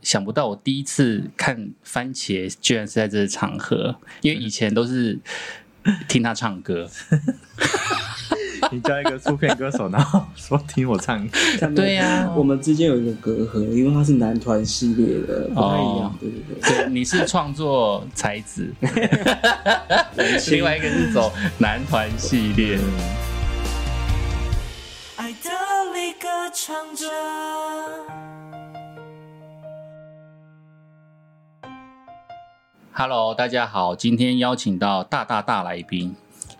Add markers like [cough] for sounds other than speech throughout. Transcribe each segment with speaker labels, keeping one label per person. Speaker 1: 想不到我第一次看番茄居然是在这个场合，因为以前都 [laughs] 是听他唱歌，
Speaker 2: 你叫一个出片歌手，然后说听我唱歌，
Speaker 1: 对呀
Speaker 3: 我们之间有一个隔阂，因为他是男团系列的，不太一
Speaker 1: 哦
Speaker 3: 样。对对对，
Speaker 1: 对，你是创作才子， [laughs] 另外一个是走男团系列。
Speaker 4: 爱的离歌唱着。
Speaker 1: Hello，大家好，今天邀请到大大大来宾，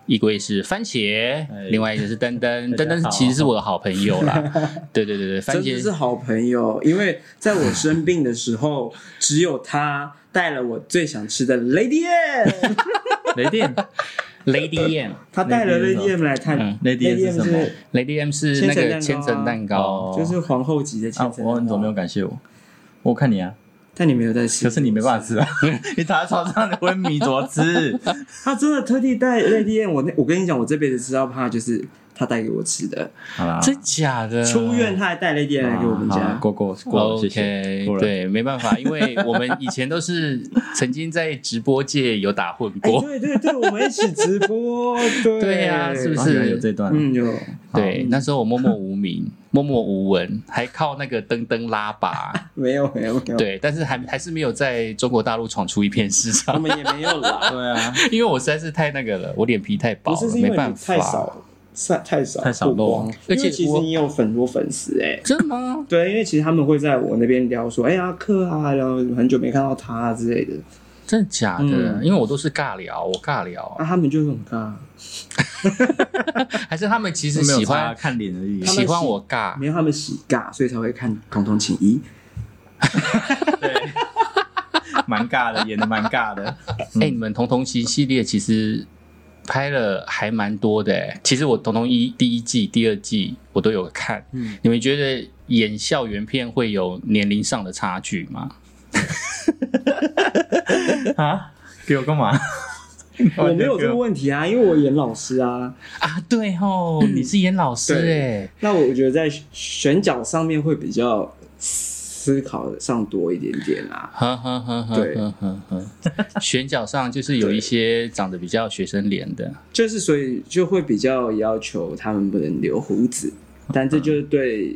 Speaker 1: 一位是番茄
Speaker 2: 哎，
Speaker 1: 另外一个是登登，
Speaker 2: 大
Speaker 1: 登
Speaker 2: 家
Speaker 1: 登
Speaker 2: 好
Speaker 1: 其实是我的好朋友 [laughs] 啦。对对对对，番
Speaker 3: 真的是
Speaker 1: 茄
Speaker 3: 好朋友，因为在我生病的时候，只有他带了我最想吃的 Lady [laughs] M，
Speaker 2: 雷电
Speaker 1: Lady M。
Speaker 3: 他带了
Speaker 2: Lady
Speaker 3: Lady
Speaker 2: M
Speaker 3: M 来探
Speaker 1: 嗯
Speaker 2: Lady M 是
Speaker 3: M
Speaker 2: 什么
Speaker 1: Lady M 是那个千
Speaker 3: 千
Speaker 1: 层
Speaker 3: 层
Speaker 1: 蛋
Speaker 3: 蛋
Speaker 1: 糕，
Speaker 2: 哦
Speaker 3: 就是皇后级的千
Speaker 2: 啊，
Speaker 3: 层蛋糕。
Speaker 2: 我你怎么没有感谢我？我看你啊，
Speaker 3: 但你没有在吃，
Speaker 2: 可是你没办法吃啊，你躺在床上你昏迷怎么吃？
Speaker 3: 他真的特地带 Lady M，我那我跟你讲，我这辈子知道怕就是他带给我吃的。
Speaker 2: 好啦，
Speaker 1: 真假的？
Speaker 3: 出院他还带 Lady M 来给我们
Speaker 2: 好
Speaker 3: 家，
Speaker 2: 过过过了，谢谢
Speaker 1: OK，。
Speaker 2: 过了，
Speaker 1: 对，没办法，因为我们以前都是曾经在直播界有打混
Speaker 3: 哎，
Speaker 1: 过。
Speaker 3: 对对对，我们一起直
Speaker 1: [laughs]
Speaker 3: 播，对
Speaker 1: 对啊是不
Speaker 2: 啊
Speaker 1: 是
Speaker 2: 原来有这段，
Speaker 3: 嗯，有
Speaker 1: 对，那时候我默默无名，默默无闻，还靠那个登登拉拔。
Speaker 3: 没有没有没有，
Speaker 1: 对，但是还还是没有在中国大陆闯出一片市
Speaker 3: 我
Speaker 1: 场， [laughs]
Speaker 3: 们也没有啦，
Speaker 2: 对啊，
Speaker 1: 因为我实在是太那个了，我脸皮太薄
Speaker 3: 不是
Speaker 1: 了，
Speaker 3: 是因
Speaker 1: 没
Speaker 3: 为你
Speaker 1: 办法。
Speaker 3: 太少晒太少
Speaker 2: 太少露
Speaker 3: 曝光
Speaker 1: 而
Speaker 3: 因
Speaker 1: 且
Speaker 3: 为其
Speaker 1: 我
Speaker 3: 实你有很多粉丝哎。
Speaker 1: 真的吗？
Speaker 3: 对，因为其实他们会在我那边聊说，哎、阿克啊，然后很久没看到他啊之类的，
Speaker 1: 真的假的？
Speaker 3: 嗯
Speaker 1: 因为我都是尬聊，我尬聊，
Speaker 3: 啊，他们就很尬，
Speaker 1: 还是他们其实
Speaker 2: 没有
Speaker 1: 喜
Speaker 2: 差
Speaker 1: 欢
Speaker 2: 看脸而已
Speaker 3: 他。们
Speaker 1: 喜
Speaker 3: 喜
Speaker 1: 欢我尬
Speaker 3: 没有他们喜尬，所以才会看《统统请
Speaker 1: [laughs]
Speaker 3: 一》。
Speaker 2: 蛮尬的，演的蛮尬的。
Speaker 1: 哎、你们童童奇系列其实拍了还蛮多的、欸。其实我童童一第一季、第二季我都有看。
Speaker 3: 嗯
Speaker 1: 你们觉得演校园片会有年龄上的差距吗？
Speaker 2: 啊，给我干嘛？
Speaker 3: 我没有这个问题啊，因为我演老师啊，
Speaker 1: 啊，对哦，你是演老师哎、
Speaker 3: 对那我觉得在选角上面会比较思考上多一点点啊。
Speaker 1: 呵呵呵呵
Speaker 3: 对
Speaker 1: 呵呵呵， [laughs] 选角上就是有一些长得比较学生脸的，
Speaker 3: 就是所以就会比较要求他们不能留胡子，但这就是对、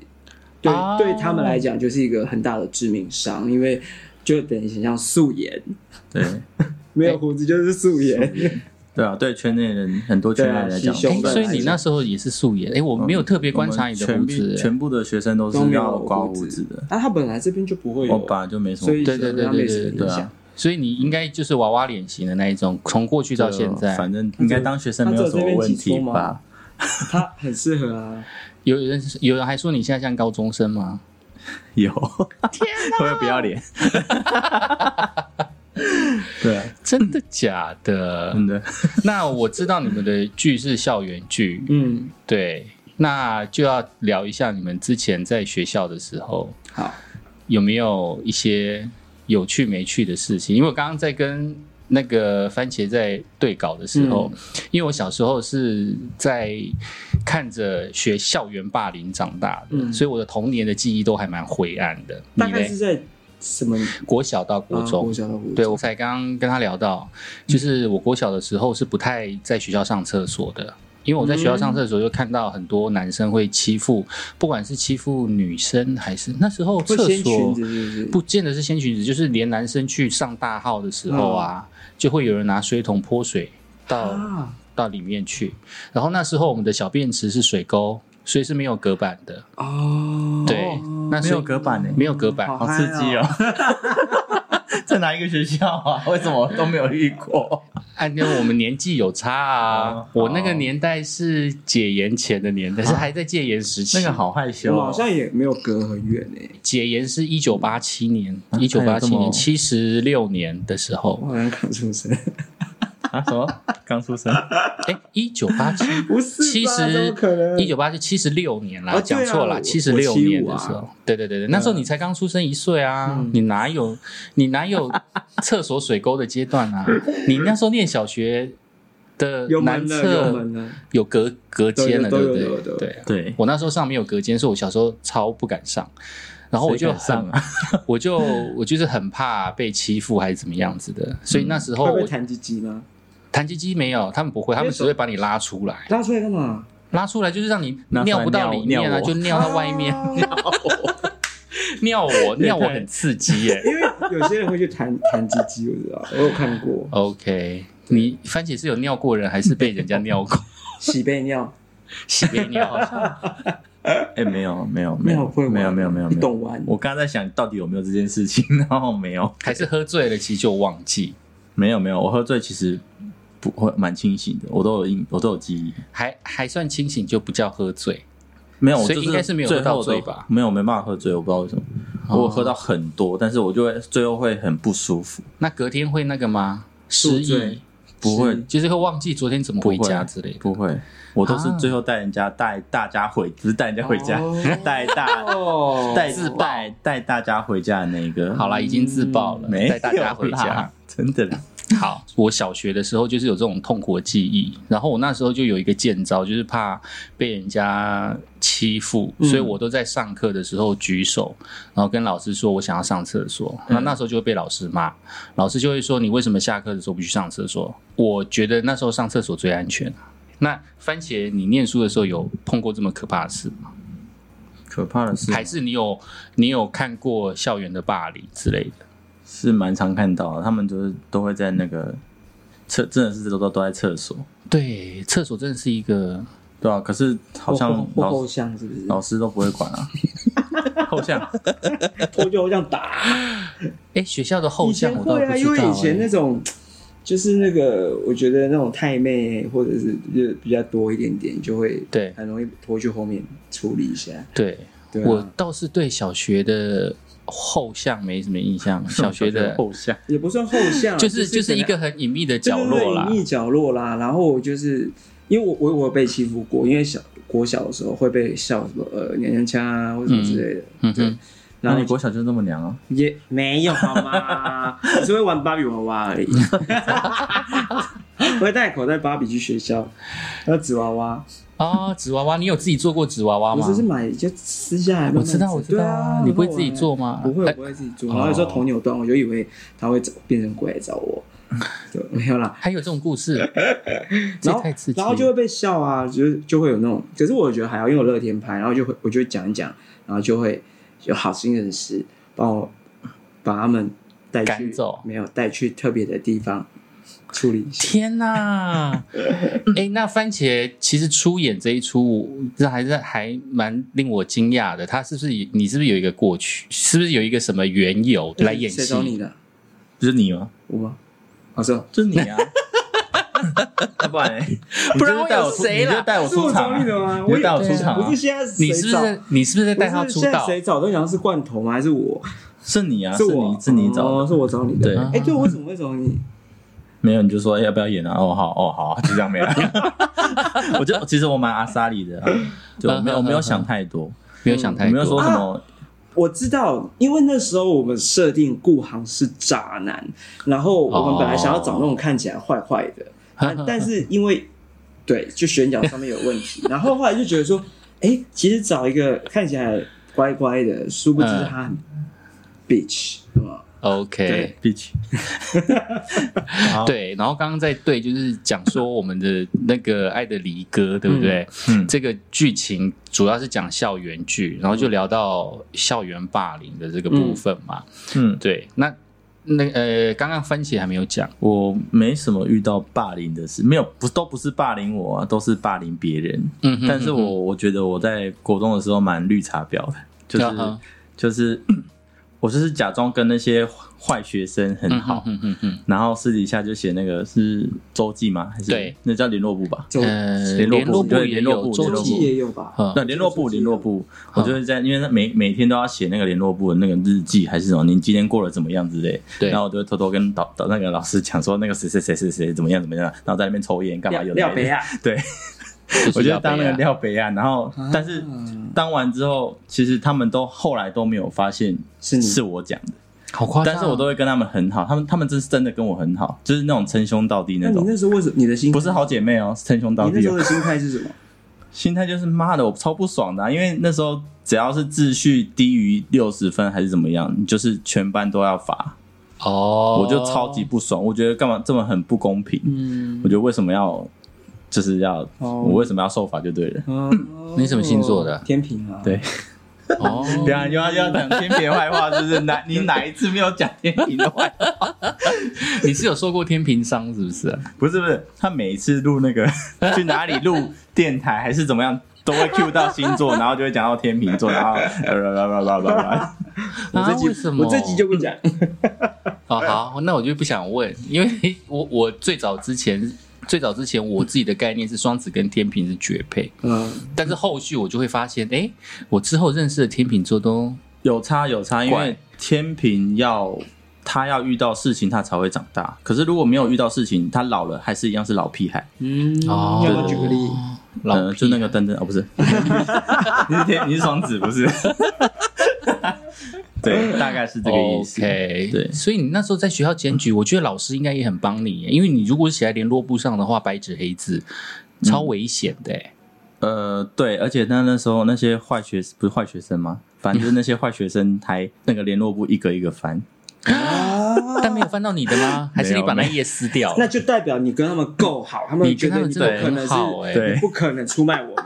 Speaker 3: 对、
Speaker 1: 嗯哦
Speaker 3: 对他们来讲就是一个很大的致命伤，因为就等于像素颜，
Speaker 2: [laughs] 对
Speaker 3: 没
Speaker 1: 哎
Speaker 3: 有胡子就是素 [laughs] 颜，
Speaker 2: 对啊，对圈内人很多圈内人来
Speaker 3: 对
Speaker 2: 讲
Speaker 3: 啊，
Speaker 1: 哎、
Speaker 3: 胸部
Speaker 1: 所以你那时候也是素颜哎、我没有特别观察你的
Speaker 2: 我
Speaker 1: 胡
Speaker 2: 们全
Speaker 1: 子、
Speaker 2: 部
Speaker 1: 欸，
Speaker 2: 全部的学生都
Speaker 3: 都
Speaker 2: 是
Speaker 3: 没
Speaker 2: 要
Speaker 3: 有
Speaker 2: 刮胡
Speaker 3: 胡
Speaker 2: 子的，
Speaker 3: 啊，他本来这边就不会
Speaker 2: 我
Speaker 3: 有，
Speaker 2: 本来就没什么
Speaker 3: 所以
Speaker 1: 对对对
Speaker 3: 他们也是
Speaker 1: 对
Speaker 3: 影
Speaker 2: 对
Speaker 3: 响
Speaker 2: 啊。
Speaker 1: 所以你应该就是娃娃脸型的那一种，从过去到现在，
Speaker 2: 啊反正应该当学生没有什么问题吧？
Speaker 3: 他很适合啊，
Speaker 1: 有人有人还说你现在像高中生吗？
Speaker 2: [laughs] 有， [laughs] 会不要脸？对啊，
Speaker 1: 真的假的？
Speaker 2: 真
Speaker 3: 嗯
Speaker 2: 的，
Speaker 1: 那我知道你们的剧是校园剧，
Speaker 3: 嗯，
Speaker 1: 对，那就要聊一下你们之前在学校的时候
Speaker 3: 好，
Speaker 1: 有没有一些有趣没趣的事情？因为我刚刚在跟那个番茄在对稿的时候，
Speaker 3: 嗯
Speaker 1: 因为我小时候是在看着学校园霸凌长大的，
Speaker 3: 嗯
Speaker 1: 所以我的童年的记忆都还蛮灰暗的。你
Speaker 3: 大概
Speaker 1: 嘞
Speaker 3: 是？在什么
Speaker 1: 国小到国
Speaker 3: 啊
Speaker 1: 中，
Speaker 3: 国小到国中，
Speaker 1: 对，我才刚刚跟他聊到，就是我国小的时候是不太在学校上厕所的，因为我在学校上厕
Speaker 3: 嗯
Speaker 1: 所就看到很多男生会欺负，不管是欺负女生还是那时候
Speaker 3: 会
Speaker 1: 厕
Speaker 3: 掀裙
Speaker 1: 所
Speaker 3: 子是不是？
Speaker 1: 不见得是掀裙子，就是连男生去上大号的时候啊，就会有人拿水桶泼水到、
Speaker 3: 嗯啊，
Speaker 1: 到里面去，然后那时候我们的小便池是水沟，所以是没有隔板的，
Speaker 3: 哦，
Speaker 1: 对，那
Speaker 2: 没
Speaker 1: 时
Speaker 2: 有
Speaker 1: 候
Speaker 2: 隔板呢，
Speaker 1: 没有隔板。
Speaker 3: 好
Speaker 2: 好刺激哦！ [laughs] 在哪一个学校啊？ [laughs] 为什么都没有遇过？
Speaker 1: 按照我们年纪有差啊
Speaker 2: 哦，
Speaker 1: 我那个年代是解严前的年代，是还在戒严时期。
Speaker 2: 那个，好害羞
Speaker 3: 我
Speaker 2: 哦，
Speaker 3: 们好像也没有隔很远欸诶、
Speaker 1: 解严是一九八七年，
Speaker 2: 啊
Speaker 3: 哎
Speaker 1: 一九八
Speaker 2: 还有这
Speaker 1: 七年
Speaker 2: 么
Speaker 1: 七十六年的时候
Speaker 3: [laughs] 我，好像刚出生，
Speaker 2: 啊什么刚出
Speaker 3: [laughs]
Speaker 2: 生，
Speaker 1: 哎，一九八七
Speaker 3: 不是吧
Speaker 1: 七
Speaker 3: 怎
Speaker 1: 十
Speaker 3: 么可能
Speaker 1: 一九八七七十六年啦，
Speaker 3: 啊
Speaker 1: 讲错啦，七
Speaker 3: 对
Speaker 1: 十
Speaker 3: 啊我
Speaker 1: 六
Speaker 3: 我75
Speaker 1: 年的时候，对对对对，那时候你才刚出生一岁啊
Speaker 3: 嗯，
Speaker 1: 你哪有你哪
Speaker 3: [laughs]
Speaker 1: 有厕所水沟的阶段啊？你那时候念小学的
Speaker 3: 有
Speaker 1: 男
Speaker 3: 门了，有
Speaker 1: 厕
Speaker 3: 门了。
Speaker 1: 有隔隔间了，
Speaker 3: 都
Speaker 1: 对
Speaker 3: 有
Speaker 1: 不
Speaker 3: 都有都
Speaker 1: 对？
Speaker 3: 有
Speaker 1: 对啊。
Speaker 2: 对，
Speaker 1: 我那时候上没有隔间，所以我小时候超不敢上。然后我
Speaker 2: 谁
Speaker 1: 就
Speaker 2: 敢上啊
Speaker 1: 很，我就我就是很怕被欺负还是怎么样子的，所以那时候
Speaker 3: 会不会
Speaker 1: 哦我
Speaker 3: 弹鸡鸡吗？
Speaker 1: 弹鸡鸡没有，他们不会，他们只会把你拉出来，
Speaker 3: 拉出来干嘛？
Speaker 1: 拉出来就是让你
Speaker 2: 拿出来
Speaker 1: 尿不到
Speaker 2: 尿
Speaker 1: 里面啊，
Speaker 2: 尿我
Speaker 1: 就尿到外面，
Speaker 3: 啊
Speaker 1: 尿我
Speaker 2: 也
Speaker 1: 尿我
Speaker 2: 太
Speaker 1: 很刺激耶、
Speaker 3: 因为有些人会去弹 [laughs] 弹鸡鸡，我知道，我有看过
Speaker 1: OK，你番茄是有尿过人，还是被人家尿过？ [laughs]
Speaker 3: 洗背尿，
Speaker 1: 洗被尿？
Speaker 2: 哎，没有没有
Speaker 3: 没
Speaker 2: 没
Speaker 3: 有
Speaker 2: 有
Speaker 3: 会玩
Speaker 2: 没有没有没有，
Speaker 3: 你
Speaker 2: 没有
Speaker 3: 懂玩。
Speaker 2: 我刚刚在想到底有没有这件事情，然后没有
Speaker 1: 还是喝醉了，其实就忘记，
Speaker 2: 没有没有，我喝醉其实不会蛮清醒的，我都有印，我都有记忆。
Speaker 1: 还还算清醒就不叫喝醉。
Speaker 2: 没有，我
Speaker 1: 所以
Speaker 2: 就
Speaker 1: 应该是没有
Speaker 2: 最
Speaker 1: 喝到
Speaker 2: 后都
Speaker 1: 醉吧哦
Speaker 2: 没有，没办法喝醉，我不知道为什么。我有喝到很多，但是我就会最后会很不舒服，
Speaker 1: 那隔天会那个吗？
Speaker 3: 宿
Speaker 1: 失忆
Speaker 3: 醉，
Speaker 2: 不会
Speaker 3: 是
Speaker 1: 就是会忘记昨天怎么回家之类的。
Speaker 2: 不会，我都是
Speaker 1: 啊
Speaker 2: 最后带人家带大家回，不是带人家回家，
Speaker 3: 哦
Speaker 2: 带大
Speaker 3: 哦
Speaker 2: 带
Speaker 1: 自爆
Speaker 2: 带带大家回家的那一个。
Speaker 1: 好啦，已经自爆了，
Speaker 2: 嗯没有
Speaker 1: 带
Speaker 2: 啦
Speaker 1: 大家回家。，
Speaker 2: 真的啦。
Speaker 1: 好，我小学的时候就是有这种痛苦的记忆，然后我那时候就有一个见招，就是怕被人家欺负，
Speaker 2: 嗯
Speaker 1: 所以我都在上课的时候举手，然后跟老师说我想要上厕所。
Speaker 2: 嗯
Speaker 1: 那那时候就会被老师骂，老师就会说你为什么下课的时候不去上厕所？我觉得那时候上厕所最安全。啊那番茄，你念书的时候有碰过这么可怕的事吗？
Speaker 2: 可怕的是
Speaker 1: 还是你有你有看过校园的霸凌之类的？
Speaker 2: 是蛮常看到的，他们就是都会在那个厕，真的是都都都在厕所，
Speaker 1: 对，厕所真的是一个
Speaker 2: 对啊。可是好
Speaker 3: 后
Speaker 2: 像
Speaker 3: 后后
Speaker 2: 老
Speaker 3: 后巷是不是？
Speaker 2: 老师都不会
Speaker 1: [laughs]
Speaker 2: 管啊，后巷。
Speaker 3: 我就后巷打。
Speaker 1: 哎，学校的后
Speaker 3: 以
Speaker 1: 巷
Speaker 3: 前
Speaker 1: 我倒
Speaker 3: 会
Speaker 1: 不
Speaker 3: 啊，
Speaker 1: 知
Speaker 3: 因
Speaker 1: 道、欸
Speaker 3: 为以前
Speaker 1: 诶
Speaker 3: 那种。就是那个，我觉得那种太妹或者是就比较多一点点，就会
Speaker 1: 对
Speaker 3: 很容易拖去后面处理一下。
Speaker 1: 对，
Speaker 3: 对啊
Speaker 1: 我倒是对小学的后巷没什么印象。小学的，
Speaker 2: 后巷，
Speaker 3: 也不算后巷，
Speaker 1: 就是
Speaker 3: 就
Speaker 1: 就是一
Speaker 3: 可能
Speaker 1: 个很隐秘的角
Speaker 3: 对
Speaker 1: 落
Speaker 3: 对
Speaker 1: 啦
Speaker 3: 对。隐秘角落啦。然后我就是因为我我我有被欺负过，因为小国小的时候会被笑什么呃娘娘腔啊或什么之类的，
Speaker 1: 嗯
Speaker 3: 对
Speaker 1: 哼。
Speaker 2: 那你
Speaker 3: 然后
Speaker 2: 国小就这么娘啊？
Speaker 3: 也没有好 [laughs] 吗？只是会玩芭比娃娃而已。 [laughs] 我会带口袋芭比去学校，还有纸娃娃，
Speaker 1: 啊，纸娃娃，你有自己做过纸娃娃
Speaker 3: 我
Speaker 1: 吗
Speaker 3: 只？是买就撕下来慢
Speaker 1: 我
Speaker 3: 慢
Speaker 1: 知道，
Speaker 3: 吃
Speaker 1: 我知道
Speaker 3: 对啊
Speaker 1: 啊，，你不会自己做吗？
Speaker 3: 不会，啊哦我
Speaker 1: 哎
Speaker 3: 不会自己做。然后有时候头扭断，我就以为他会找变成鬼来找我， [laughs] 对，没有啦。
Speaker 1: 还有这种故
Speaker 3: [laughs]
Speaker 1: 事，这也
Speaker 3: 然后
Speaker 1: 太刺激
Speaker 3: 然
Speaker 1: 了。
Speaker 3: 后就会被笑啊，就是就会有那种。可是我觉得还好，因为我乐天派，然后就会我就会讲一讲，然后就会有好心人士帮我把他们带去，
Speaker 1: 赶走
Speaker 3: 没有带去特别的地方处理一下。
Speaker 1: 天
Speaker 3: [laughs]
Speaker 1: 呐！哎、那番茄其实出演这一出，这还是还蛮令我惊讶的。他是不是也你是不是有一个过去？是不是有一个什么缘由来演
Speaker 3: 嗯谁找你
Speaker 1: 戏？
Speaker 3: 的？
Speaker 2: 不是你吗？
Speaker 3: 我吗？哦我说
Speaker 2: 就是你 [laughs] 啊！要不然嘞，
Speaker 1: [laughs] 不然我
Speaker 2: 你就是带
Speaker 1: 有
Speaker 2: 我出
Speaker 1: 谁啦
Speaker 2: 你就带我出场
Speaker 3: 是我找你的
Speaker 2: 啊
Speaker 3: 吗？
Speaker 2: 你就带我出
Speaker 1: 对啊
Speaker 2: 场啊
Speaker 3: 不是！现在是
Speaker 1: 你
Speaker 3: 谁
Speaker 1: 是不
Speaker 3: 找
Speaker 1: 是你是不是在带他
Speaker 3: 不是
Speaker 1: 出
Speaker 3: 现在
Speaker 1: 道？
Speaker 3: 谁找都想是罐头吗？还是我？
Speaker 2: 是你啊，
Speaker 3: 是
Speaker 2: 是
Speaker 3: 我
Speaker 2: 你，是你找
Speaker 3: 哦，
Speaker 2: 的。
Speaker 3: 是我找你的。
Speaker 2: 对
Speaker 3: 哎，对，我怎么会找你？
Speaker 2: 没有，你就说要不要演啊？哦，好，哦，好啊，就这
Speaker 1: [laughs]
Speaker 2: 样没了。我就其实我蛮阿莎莉的啊，对，我没有我没有想太多，
Speaker 1: 没有想
Speaker 2: 我
Speaker 1: 太多，啊
Speaker 2: 没有说什么。
Speaker 3: 我知道，因为那时候我们设定顾航是渣男，然后我们本来想要找那种看起来坏坏
Speaker 1: [laughs]
Speaker 3: 的，但但是因为对，就选角上面有问题，然后后来就觉得说，哎、其实找一个看起来乖乖的，殊不知
Speaker 1: 嗯
Speaker 3: 他很 bitch，对吗？
Speaker 1: OK [laughs]
Speaker 3: 对。
Speaker 2: bitch，好
Speaker 1: 对，然后刚刚在对，就是讲说我们的那个《爱的离歌》，对不对？
Speaker 2: 嗯
Speaker 1: 这个剧情主要是讲校园剧，然后就聊到校园霸凌的这个部分嘛。
Speaker 2: 嗯，
Speaker 1: 对，那那呃，刚刚番茄还没有讲，
Speaker 2: 我没什么遇到霸凌的事，没有，不都不是霸凌我啊，都是霸凌别人。
Speaker 1: 嗯哼
Speaker 2: 但是我我觉得我在国中的时候蛮绿茶婊的，就是、
Speaker 1: 啊哈
Speaker 2: 就是我就是假装跟那些坏学生很好，
Speaker 1: 嗯嗯嗯，
Speaker 2: 然后私底下就写那个是周记吗？还是
Speaker 1: 对，
Speaker 2: 那叫联络部吧？
Speaker 3: 就
Speaker 1: 呃，
Speaker 2: 嗯联
Speaker 1: 联络
Speaker 2: 络部
Speaker 1: 部
Speaker 2: 对
Speaker 1: 也
Speaker 2: 联络
Speaker 1: 有
Speaker 2: 部
Speaker 1: 周
Speaker 2: 联络
Speaker 3: 周
Speaker 2: 部
Speaker 3: 记
Speaker 1: 记，
Speaker 3: 也有吧？
Speaker 1: 嗯
Speaker 2: 那联络部，
Speaker 3: 周记
Speaker 2: 联络部，
Speaker 1: 嗯
Speaker 2: 我就是在，因为那每每天都要写那个联络部的那个日记还是什么，你今天过得怎么样之类。
Speaker 1: 对
Speaker 2: 然后我就会偷偷跟导导那个老师讲说，那个谁谁谁谁谁怎么样怎么样，然后在那边抽烟干嘛
Speaker 3: 廖
Speaker 2: 有的
Speaker 3: 廖
Speaker 2: 没
Speaker 3: 北啊
Speaker 2: 的。
Speaker 1: 啊
Speaker 3: 亚，
Speaker 2: 对，
Speaker 1: 就是
Speaker 2: 我就
Speaker 1: 要
Speaker 2: 当那
Speaker 1: 被
Speaker 2: 个
Speaker 1: 啊
Speaker 2: 廖北亚，然后
Speaker 3: 啊
Speaker 2: 但是当完之后，其实他们都后来都没有发现
Speaker 3: 是你
Speaker 2: 是我讲的，
Speaker 1: 好夸张
Speaker 2: 但
Speaker 1: 哦，
Speaker 2: 是我都会跟他们很好，他们他们真是真的跟我很好，就是那种称兄道弟
Speaker 3: 啊那
Speaker 2: 那
Speaker 3: 你
Speaker 2: 种，
Speaker 3: 那时候为什么你的心
Speaker 2: 不是好姐妹哦，称兄道
Speaker 3: 你那
Speaker 2: 弟
Speaker 1: 啊
Speaker 3: 时候
Speaker 2: 哦
Speaker 1: [laughs]
Speaker 3: 的，心态是什么？
Speaker 2: 心态就是妈的，我超不爽的啊、因为那时候只要是秩序低于六十分还是怎么样，你就是全班都要罚，
Speaker 1: 哦，
Speaker 2: 我就超级不爽。我觉得干嘛这么很不公平？
Speaker 3: 嗯
Speaker 2: 我觉得为什么要就是要、
Speaker 3: 哦
Speaker 2: 我为什么要受罚就对了。
Speaker 3: 嗯
Speaker 1: 你什么星座
Speaker 2: [laughs]
Speaker 1: 的
Speaker 3: 天平啊，
Speaker 2: 对，
Speaker 1: 哦，
Speaker 2: 不要又要又要讲天平坏话，就是哪你哪一次没有讲天平的 [laughs] 坏话？
Speaker 1: 你是有受过天平伤是不是啊？
Speaker 2: 不是不是，他每一次录那个去哪里录电台还是怎么样，都会 cue 到星座，然后就会讲到天秤座，然后呃叭叭叭叭叭叭。
Speaker 3: 我这
Speaker 1: 啊为
Speaker 3: 集
Speaker 1: 什么
Speaker 3: 我这集就不讲，
Speaker 1: 哦，好，那我就不想问，因为 [laughs] 我我最早之前最早之前我自己的概念是双子跟天平是绝配，
Speaker 3: 嗯，
Speaker 1: 但是后续我就会发现，哎，我之后认识的天秤座都
Speaker 2: 有差有差，因
Speaker 1: 怪
Speaker 2: 为天平要他要遇到事情他才会长大，可是如果没有遇到事情，他老了还是一样是老屁孩。
Speaker 3: 嗯，
Speaker 1: 哦
Speaker 3: 要不要举个例？
Speaker 1: 老
Speaker 2: 呃就
Speaker 1: 屁
Speaker 2: 那个等等哦，不是， [laughs] 你是天你是双子不是？ [laughs] 对，大概是这个意思。
Speaker 1: OK，
Speaker 2: 对
Speaker 1: 所以你那时候在学校检举，我觉得老师应该也很帮你耶，因为你如果写在联络簿上的话，白纸黑字，超危险的耶。
Speaker 2: 呃，对，而且那那时候那些坏学不是坏学生吗？反正就是那些坏学生还那个联络簿一个一个翻， [laughs]
Speaker 1: 但没有翻到你的吗？还是你把那页撕掉
Speaker 3: 那
Speaker 1: 了？
Speaker 3: 就代表你跟他们够好，他们
Speaker 1: 你
Speaker 3: 觉
Speaker 1: 跟他
Speaker 3: 得
Speaker 1: 们
Speaker 3: 你不
Speaker 1: 真的
Speaker 3: 可能
Speaker 1: 很好
Speaker 3: 是，
Speaker 1: 哎，
Speaker 2: 对
Speaker 3: 你不可能出卖我们，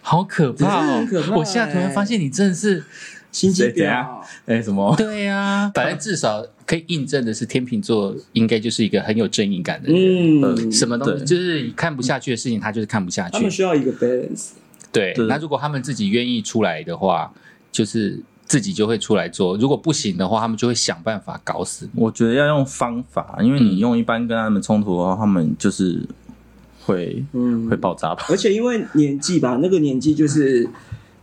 Speaker 1: 好可怕
Speaker 3: 真的
Speaker 1: 哦
Speaker 3: 很可！怕
Speaker 1: 我现在突然
Speaker 3: 哎
Speaker 1: 发现你真的是，
Speaker 3: 心机
Speaker 2: 对怎
Speaker 3: 婊
Speaker 1: 啊
Speaker 2: 样。哎、什么？
Speaker 1: 对 [laughs] 呀，反正至少可以印证的是，天秤座应该就是一个很有正义感的人。
Speaker 3: 嗯，
Speaker 1: 呃什么东西
Speaker 2: 对
Speaker 1: 就是看不下去的事情，他就是看不下
Speaker 3: 他们
Speaker 1: 去。
Speaker 3: 需要一个 balance。
Speaker 1: 对
Speaker 2: 对，
Speaker 1: 那如果他们自己愿意出来的话，就是自己就会出来做；如果不行的话，他们就会想办法搞死你。
Speaker 2: 我觉得要用方法，因为你用一般跟他们冲突的话，他们就是会
Speaker 3: 嗯
Speaker 2: 会爆炸吧。
Speaker 3: 而且因为年纪吧，那个年纪就是，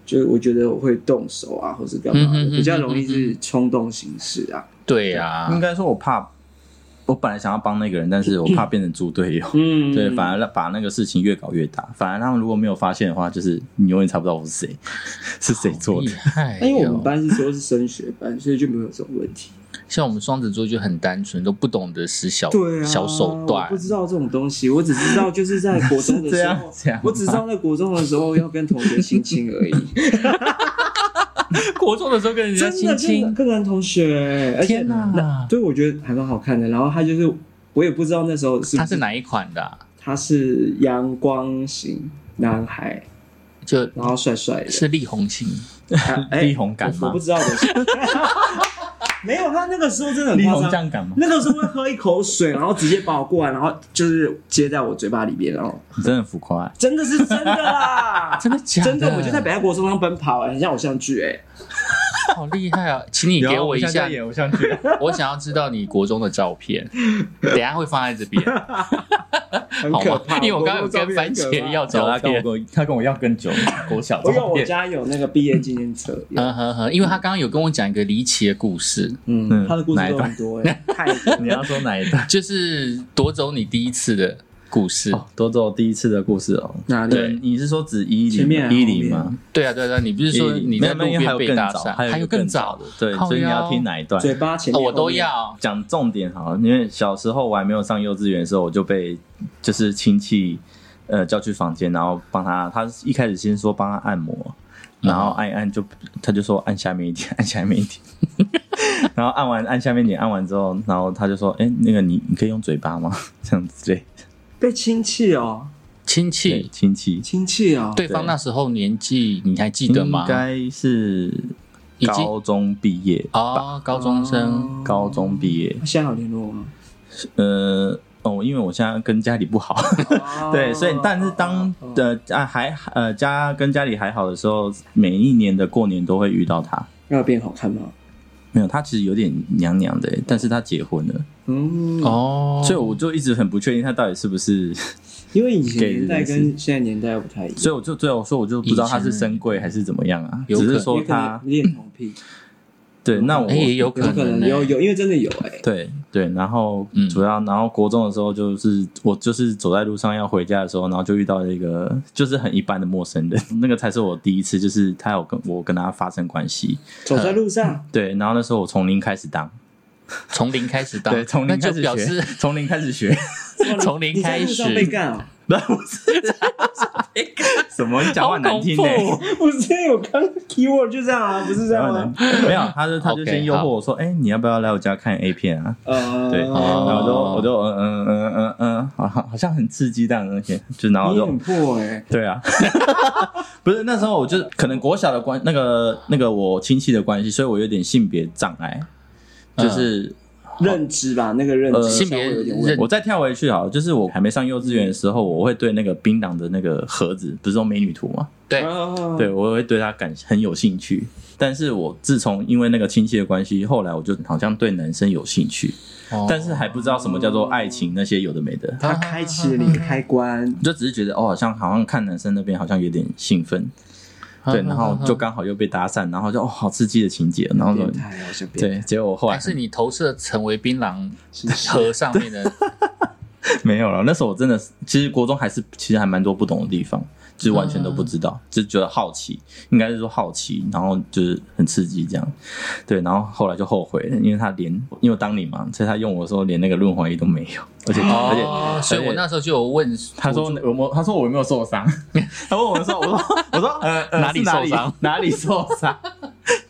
Speaker 3: 就我觉得我会动手啊，或是干
Speaker 1: 嗯
Speaker 3: 嘛
Speaker 1: 嗯嗯
Speaker 3: 的，
Speaker 1: 嗯
Speaker 3: 比较容易是冲动行事啊。
Speaker 1: 对呀、
Speaker 2: 应该说，我怕，我本来想要帮那个人，但是我怕变成猪队友。
Speaker 3: 嗯，
Speaker 2: 对，反而让把那个事情越搞越大。反而他们如果没有发现的话，就是你永远查不到我是谁， [laughs] 是谁做
Speaker 1: 厉
Speaker 3: 哦
Speaker 2: 的。
Speaker 1: 害哟、
Speaker 3: 那因哎为我们班是说是升学班，所以就没有这种问题。
Speaker 1: 像我们双子座就很单纯，都不懂得使小、
Speaker 3: 对啊，
Speaker 1: 小手
Speaker 3: 我
Speaker 1: 段
Speaker 3: 不。知道这种东西，我只知道就是在国中
Speaker 1: [laughs]
Speaker 2: 是
Speaker 3: 的
Speaker 2: 这
Speaker 3: 时
Speaker 2: 样
Speaker 3: 候
Speaker 2: 讲吗，
Speaker 3: 我只知道在国中的时候要跟同学亲亲而已，
Speaker 1: 国中的时候跟人
Speaker 3: 真的真的，，跟哎男同学，而且
Speaker 1: 天哪！
Speaker 3: 对，我觉得还蛮好看的。然后他就是，我也不知道那时候是不
Speaker 1: 他是哪一款的啊、
Speaker 3: 他是阳光型男孩，
Speaker 1: 就
Speaker 3: 然后帅帅的，
Speaker 1: 是力宏星，
Speaker 3: 啊哎
Speaker 2: 力宏感吗
Speaker 3: 我我不知道的， [laughs] 没有，他那个时候真的很
Speaker 2: 力
Speaker 3: 夸
Speaker 2: 宏这
Speaker 3: 张。
Speaker 2: 样敢吗？
Speaker 3: 那个时候会喝一口水，然后直接把我过来，然后就是接在我嘴巴里边，然后
Speaker 2: 你真的很浮夸、欸。
Speaker 3: 真的是真的啦，
Speaker 1: [laughs] 真的假
Speaker 3: 真
Speaker 1: 的，
Speaker 3: 的，我就在北海国中上奔跑、哎，很像偶像剧哎、
Speaker 1: [laughs] 好厉害啊！请你给我一下，
Speaker 2: 演偶像剧。
Speaker 1: [laughs] 我想要知道你国中的照片，等一下会放在这边，
Speaker 3: 很
Speaker 1: 好
Speaker 3: 可
Speaker 1: 吗
Speaker 3: 怕。？
Speaker 1: 因为我刚刚有
Speaker 3: 国中
Speaker 1: 跟番
Speaker 3: 照片很
Speaker 1: 茄
Speaker 3: 可怕
Speaker 1: 要
Speaker 2: [laughs] 走，啊
Speaker 1: 照
Speaker 2: 他
Speaker 1: 片
Speaker 2: 跟，我他跟我要更久， [laughs] 国小
Speaker 3: 我有
Speaker 2: 照
Speaker 3: 我
Speaker 2: 片。
Speaker 3: 家有那个毕业纪念册，有
Speaker 1: 嗯哼哼，因为他刚刚有跟我讲一个离奇的故事，
Speaker 3: 嗯，
Speaker 2: 嗯
Speaker 3: 他的故事
Speaker 2: 哪一
Speaker 3: 都
Speaker 2: 段
Speaker 3: 很多
Speaker 2: [laughs]
Speaker 3: 哎、太多了
Speaker 2: [laughs] 你要说哪一段？
Speaker 1: 就是夺走你第一次的故事。
Speaker 2: 哦， [laughs] 多走第一次的故事哦。
Speaker 3: 哪里
Speaker 2: 对，你是说指一
Speaker 3: 前
Speaker 2: 零
Speaker 3: 面还
Speaker 2: 一
Speaker 3: 有
Speaker 2: 零
Speaker 3: 后
Speaker 2: 吗？
Speaker 1: 对啊，对啊，对啊你不是说
Speaker 2: 110
Speaker 1: 你在路
Speaker 2: 没有没
Speaker 1: 边
Speaker 2: 有还有
Speaker 1: 被
Speaker 2: 更
Speaker 1: 搭
Speaker 2: 早
Speaker 1: 讪，
Speaker 2: 还有
Speaker 1: 有
Speaker 2: 更
Speaker 1: 早的，
Speaker 2: 对，
Speaker 1: 靠
Speaker 2: 所以你
Speaker 1: 腰
Speaker 2: 要听？哪一段？
Speaker 3: [laughs] 嘴巴前
Speaker 1: 哦
Speaker 3: 面、
Speaker 1: 我
Speaker 3: 后
Speaker 1: 都
Speaker 3: 面，
Speaker 1: 要。
Speaker 2: 讲重点好了，因为小时候我还没有上幼稚园的时候，我就被就是亲戚呃叫去房间，然后帮他，他一开始先说帮他按摩，然后按一按就他就说按下面一点，按下面一点，然后按完按下面一点，按完之后，然后他就说，哎、那个你你可以用嘴巴吗？这样子对，
Speaker 3: 被亲戚哦，
Speaker 1: 亲
Speaker 2: 对
Speaker 1: 戚，
Speaker 2: 亲戚
Speaker 3: 亲戚哦，
Speaker 1: 对方那时候年纪你还记得
Speaker 2: [laughs] 应
Speaker 1: 吗？
Speaker 2: 该是
Speaker 1: 已经
Speaker 2: 高中毕业，
Speaker 1: 哦，高中生，
Speaker 3: 哦
Speaker 2: 高中毕业，
Speaker 3: 现在有联络吗？
Speaker 2: 呃，哦，因为我现在跟家里不好。 [laughs] 对，所以
Speaker 3: 哦
Speaker 2: 但是当
Speaker 3: 的
Speaker 2: 呃啊还呃家跟家里还好的时候，每一年的过年都会遇到他。
Speaker 3: 要变好看吗？
Speaker 2: 没有，他其实有点娘娘的，欸但是他结婚了，
Speaker 3: 嗯，
Speaker 1: 哦，
Speaker 2: 所以我就一直很不确定他到底是不是，
Speaker 3: 因为以前年代
Speaker 2: 给人
Speaker 3: 跟现在年代不太一样，
Speaker 2: 所以我就最后说我就不知道他是深贵还是怎么样啊，
Speaker 1: 有可
Speaker 2: 只
Speaker 1: 能
Speaker 2: 是说他
Speaker 3: 恋童癖，
Speaker 2: 对，那我
Speaker 1: 哎也有
Speaker 3: 有可能
Speaker 1: 呢
Speaker 2: 欸
Speaker 3: 有有，因为真的有哎、
Speaker 2: 对对，然后
Speaker 1: 嗯
Speaker 2: 主要然后国中的时候就是我就是走在路上要回家的时候，然后就遇到了一个就是很一般的陌生人，那个才是我第一次，就是他有跟我跟他发生关系，
Speaker 3: 走在路上，
Speaker 2: 对，然后那时候我从零开始当。
Speaker 1: 从零开始当，
Speaker 2: 对，从
Speaker 1: 那
Speaker 2: 零开
Speaker 1: 就
Speaker 2: [laughs] 始学，
Speaker 1: 表示
Speaker 2: [laughs]
Speaker 1: [laughs]
Speaker 2: 从零开始学，
Speaker 3: 哇你
Speaker 1: 从零
Speaker 3: 你
Speaker 1: 开
Speaker 3: 在路上
Speaker 1: 始
Speaker 3: 被干
Speaker 2: [laughs]
Speaker 3: 啊？
Speaker 2: 不是不是，什么？你讲话很难听呢、欸
Speaker 1: 好恐
Speaker 3: 不是，我刚 keyword 就这样啊，不是
Speaker 2: [laughs]
Speaker 3: 这
Speaker 2: 讲话
Speaker 3: 样吗
Speaker 2: 很难？听没有，他就他就
Speaker 1: OK，
Speaker 2: 先诱惑
Speaker 1: 好
Speaker 2: 我说，哎、你要不要来我家看 A 片啊？
Speaker 3: 呃，
Speaker 2: 对，
Speaker 1: 哦
Speaker 2: 然后我就我就嗯嗯嗯嗯嗯，好好好像很刺激这样的东西，就然后
Speaker 3: 你
Speaker 2: 就
Speaker 3: 很破哎，
Speaker 2: 对啊， [laughs] 不是那时候我就可能国小的关那个那个我亲戚的关系，所以我有点性别障碍，
Speaker 1: 嗯
Speaker 2: 就是、
Speaker 3: 认知吧，那个认
Speaker 2: 呃
Speaker 3: 知
Speaker 1: 性别
Speaker 3: 稍微有点问题
Speaker 1: 认
Speaker 2: 我再跳回去好了，就是我还没上幼稚园的时候，我会对那个槟榔的那个盒子，不是用美女图吗？
Speaker 1: 对
Speaker 3: 哦
Speaker 2: 对，我会对他感很有兴趣。但是我自从因为那个亲戚的关系，后来我就好像对男生有兴趣，
Speaker 1: 哦
Speaker 2: 但是还不知道什么叫做爱情那些有的没的，
Speaker 3: 他开启了你的开关，
Speaker 2: 就只是觉得哦，好像好像看男生那边好像有点兴奋，对，然后就刚好又被搭讪，然后就哦好刺激的情节，然后就
Speaker 3: 变态好像变态，
Speaker 2: 嗯对，结果我后来
Speaker 1: 还是你投射成为槟榔盒上面
Speaker 2: [laughs]
Speaker 1: 的，
Speaker 2: 没有了。那时候我真的是，其实国中还是其实还蛮多不懂的地方，就是完全都不知道，
Speaker 1: 嗯
Speaker 2: 就觉得好奇，应该是说好奇，然后就是很刺激这样。对，然后后来就后悔了，因为他连因为我当你嘛，所以他用我的时候连那个润滑液都没
Speaker 1: [laughs]
Speaker 2: 有，而且、而且
Speaker 1: 哦，所以我那时候就有问，
Speaker 2: 他说我没有，他说我有没有受伤？ [laughs] 他问我说，我说我说
Speaker 1: [laughs]
Speaker 2: 呃呃
Speaker 1: 哪里
Speaker 2: 是哪里 [laughs]
Speaker 1: 受伤？
Speaker 2: 哪里受伤？